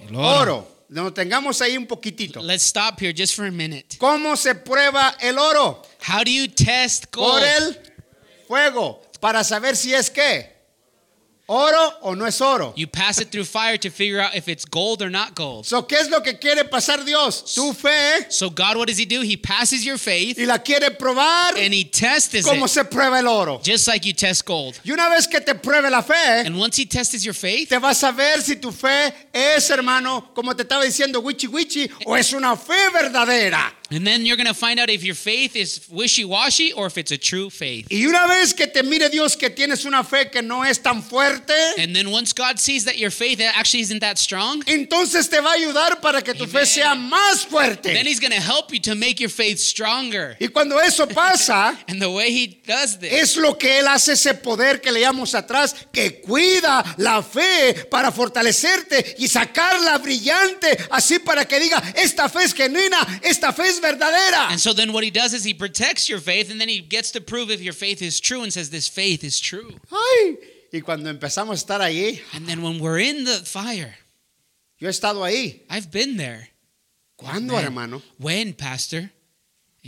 Speaker 2: El oro.
Speaker 1: oro. Nos tengamos ahí un poquitito.
Speaker 2: Let's stop here just for a minute.
Speaker 1: ¿Cómo se prueba el oro?
Speaker 2: How do you test gold?
Speaker 1: Por el fuego, para saber si es qué. Oro o no es oro.
Speaker 2: You pass it through fire to figure out if it's gold or not gold.
Speaker 1: So, ¿Qué es lo que quiere pasar Dios? Tu fe
Speaker 2: So God, what does He do? He passes your faith
Speaker 1: y la quiere probar
Speaker 2: and He tests
Speaker 1: como
Speaker 2: it,
Speaker 1: se prueba el oro.
Speaker 2: just like you test gold.
Speaker 1: Y una vez que te pruebe la fe,
Speaker 2: And once He tests your faith,
Speaker 1: te vas a ver si tu fe es, hermano, como te estaba diciendo, wichi wichi, o es una fe verdadera.
Speaker 2: and then you're gonna find out if your faith is wishy-washy or if it's a true faith.
Speaker 1: Y una vez que te mire Dios que tienes una fe que no es tan fuerte,
Speaker 2: And then once God sees that your faith actually isn't that strong,
Speaker 1: entonces te va a ayudar para que tu fe
Speaker 2: Amen.
Speaker 1: sea más fuerte.
Speaker 2: then He's gonna help you to make your faith stronger.
Speaker 1: Y cuando eso pasa,
Speaker 2: And the way He does this
Speaker 1: es lo que Él hace ese poder que leíamos atrás, que cuida la fe para fortalecerte y sacarla brillante, así para que diga, esta fe es genuina, esta fe es verdadera.
Speaker 2: And so then what he does is he protects your faith and then he gets to prove if your faith is true and says this faith is true.
Speaker 1: Ay, y cuando empezamos a estar ahí,
Speaker 2: And then when we're in the fire,
Speaker 1: yo he estado ahí.
Speaker 2: I've been there.
Speaker 1: ¿Cuándo,
Speaker 2: Amen.
Speaker 1: hermano?
Speaker 2: When, pastor?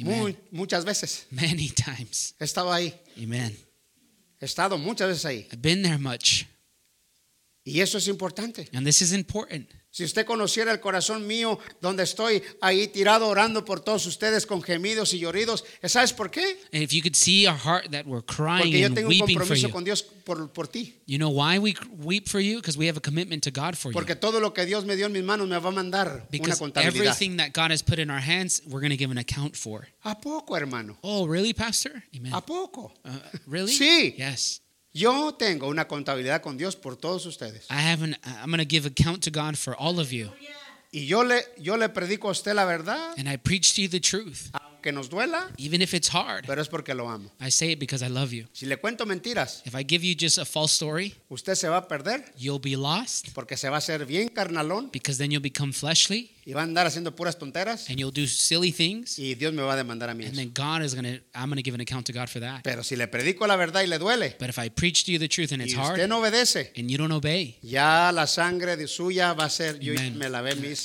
Speaker 2: Amen.
Speaker 1: Mu- muchas veces.
Speaker 2: Many times.
Speaker 1: He estado ahí.
Speaker 2: Amen.
Speaker 1: He estado muchas veces ahí.
Speaker 2: I've been there much.
Speaker 1: Y eso es importante.
Speaker 2: And this is important.
Speaker 1: Si usted conociera el corazón mío, donde estoy ahí tirado orando por todos ustedes con gemidos y lloridos, ¿sabes por qué?
Speaker 2: And if you could see our heart that we're crying
Speaker 1: Porque yo
Speaker 2: and
Speaker 1: tengo un
Speaker 2: weeping for
Speaker 1: compromiso
Speaker 2: you.
Speaker 1: con Dios por, por ti.
Speaker 2: You know why we c- weep for you? Because we have a commitment to God for you.
Speaker 1: Porque todo lo que Dios me dio en mis manos me va a mandar una
Speaker 2: Because
Speaker 1: contabilidad.
Speaker 2: everything that God has put in our hands, we're going to give an account for.
Speaker 1: ¿A poco, hermano?
Speaker 2: Oh, really, pastor? Amen.
Speaker 1: ¿A poco?
Speaker 2: Uh, really?
Speaker 1: Ah. Sí.
Speaker 2: Yes.
Speaker 1: Yo tengo una contabilidad con Dios por todos ustedes.
Speaker 2: I haven't. I'm going to give account to God for all of you,
Speaker 1: Y yo le, yo le predico a usted la verdad,
Speaker 2: and I preach to you the truth,
Speaker 1: aunque nos duela,
Speaker 2: even if it's hard.
Speaker 1: pero es porque lo amo.
Speaker 2: I say it because I love you.
Speaker 1: Si le cuento mentiras,
Speaker 2: If I give you just a false story,
Speaker 1: usted se va a perder
Speaker 2: you'll be lost
Speaker 1: porque se va a hacer bien carnalón
Speaker 2: because then you'll become fleshly
Speaker 1: y va a andar haciendo puras tonteras
Speaker 2: and you'll do silly things,
Speaker 1: y Dios me va a demandar a mí.
Speaker 2: and
Speaker 1: eso.
Speaker 2: then God is going to. I'm going to give an account to God for that.
Speaker 1: Pero si le predico la verdad y le duele
Speaker 2: But if I preach to you the truth and it's
Speaker 1: y usted
Speaker 2: hard
Speaker 1: no obedece,
Speaker 2: and you don't obey,
Speaker 1: Ya la sangre de suya va a ser, yo
Speaker 2: Amen.
Speaker 1: me lavé mis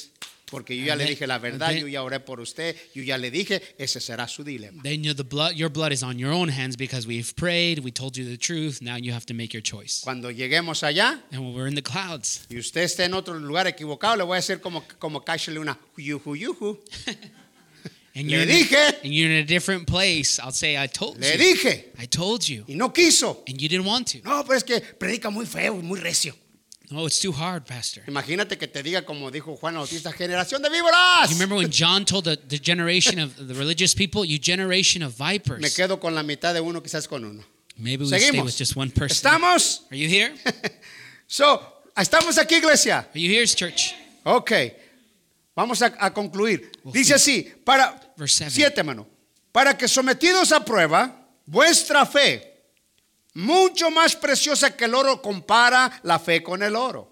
Speaker 1: Porque yo ya le
Speaker 2: Amén.
Speaker 1: dije la verdad,
Speaker 2: Amén.
Speaker 1: yo ya oré por usted, yo ya le dije, ese será su dilema.
Speaker 2: Then you, the blood, your blood is on your own hands because we've prayed, we told you the truth. Now you have to make your choice.
Speaker 1: Cuando lleguemos allá
Speaker 2: And when we're in the clouds,
Speaker 1: y usted esté en otro lugar equivocado, le voy a hacer como, como cáchale una yuju yuju.
Speaker 2: and
Speaker 1: Le
Speaker 2: you're, in,
Speaker 1: dije.
Speaker 2: and you're in a different place, I'll say, I told
Speaker 1: Le
Speaker 2: you.
Speaker 1: dije
Speaker 2: I told you.
Speaker 1: y no quiso.
Speaker 2: And you didn't want to.
Speaker 1: No, pero es que predica muy feo y muy recio.
Speaker 2: No, it's too hard, Pastor.
Speaker 1: Imagínate que te diga como dijo Juan Bautista, generación de víboras.
Speaker 2: You remember when John told the, the generation of the religious people, you generation of
Speaker 1: Me
Speaker 2: vipers?
Speaker 1: quedo con la mitad de uno, quizás con uno.
Speaker 2: Maybe we stay
Speaker 1: Seguimos.
Speaker 2: with just one person.
Speaker 1: Estamos.
Speaker 2: Are you here? Are
Speaker 1: So, estamos aquí, iglesia.
Speaker 2: you here, church?
Speaker 1: Ok. Vamos a, a concluir. Dice así, para
Speaker 2: Verse 7.
Speaker 1: siete, hermano. Para que sometidos a prueba, vuestra fe, mucho más preciosa que el oro, compara la fe con el oro.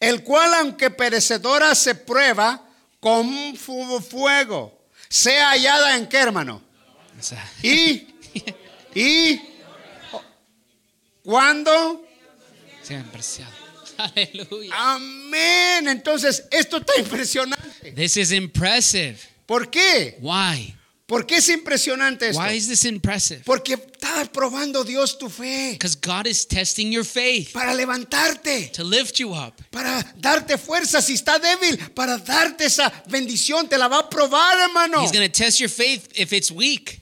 Speaker 1: El cual, aunque perecedora, se prueba con fu- fuego. Sea hallada en qué, hermano.
Speaker 2: It's a-
Speaker 1: Y, y, cuando
Speaker 2: sean preciados. Hallelujah.
Speaker 1: Amén. Entonces, esto está impresionante.
Speaker 2: This is impressive.
Speaker 1: ¿Por qué?
Speaker 2: Why?
Speaker 1: ¿Por qué es impresionante esto?
Speaker 2: Why is this impressive?
Speaker 1: Porque está probando Dios tu fe
Speaker 2: Because God is testing your faith
Speaker 1: para levantarte,
Speaker 2: to lift you up,
Speaker 1: para darte fuerza si está débil, para darte esa bendición. Te la va a probar, hermano.
Speaker 2: He's going to test your faith if it's weak.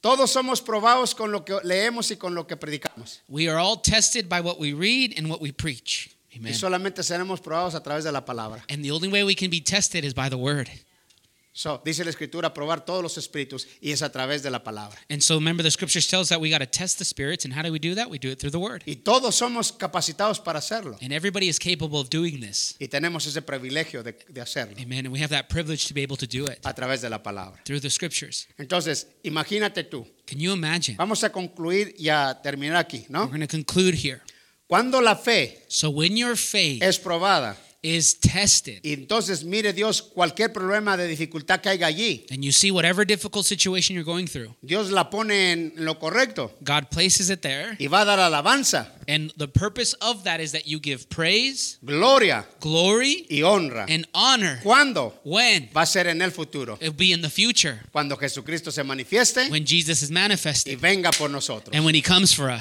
Speaker 1: Todos somos probados con lo que leemos y con lo que predicamos.
Speaker 2: We are all tested by what we read and what we preach. Amen.
Speaker 1: Y solamente seremos probados a través de la palabra.
Speaker 2: And the only way we can be tested is by the word.
Speaker 1: So, dice la escritura, probar todos los espíritus y es a través de la palabra.
Speaker 2: And so remember the scriptures tell us that we got to test the spirits and how do we do that? We do it through the word.
Speaker 1: Y todos somos capacitados para hacerlo.
Speaker 2: And everybody is capable of doing this.
Speaker 1: Y tenemos ese privilegio de, de hacerlo.
Speaker 2: Amen. And we have that privilege to be able to do it
Speaker 1: a través de la palabra.
Speaker 2: through the scriptures.
Speaker 1: Entonces, imagínate tú.
Speaker 2: Can you imagine?
Speaker 1: Vamos a concluir y a terminar aquí,
Speaker 2: We're
Speaker 1: ¿no?
Speaker 2: going to conclude here.
Speaker 1: Cuando la fe
Speaker 2: So when your faith
Speaker 1: es probada,
Speaker 2: is tested
Speaker 1: y entonces mire Dios cualquier problema de dificultad que haya allí,
Speaker 2: and you see whatever difficult situation you're going through,
Speaker 1: Dios la pone en lo correcto
Speaker 2: God places it there.
Speaker 1: y va a dar alabanza,
Speaker 2: And the purpose of that is that you give praise,
Speaker 1: gloria
Speaker 2: glory,
Speaker 1: y honra.
Speaker 2: and honor.
Speaker 1: ¿Cuándo?
Speaker 2: When?
Speaker 1: Va a ser en el futuro,
Speaker 2: It'll be in the future
Speaker 1: cuando Jesucristo se manifieste
Speaker 2: when Jesus is
Speaker 1: y
Speaker 2: manifested
Speaker 1: venga por nosotros.
Speaker 2: and when he comes for us.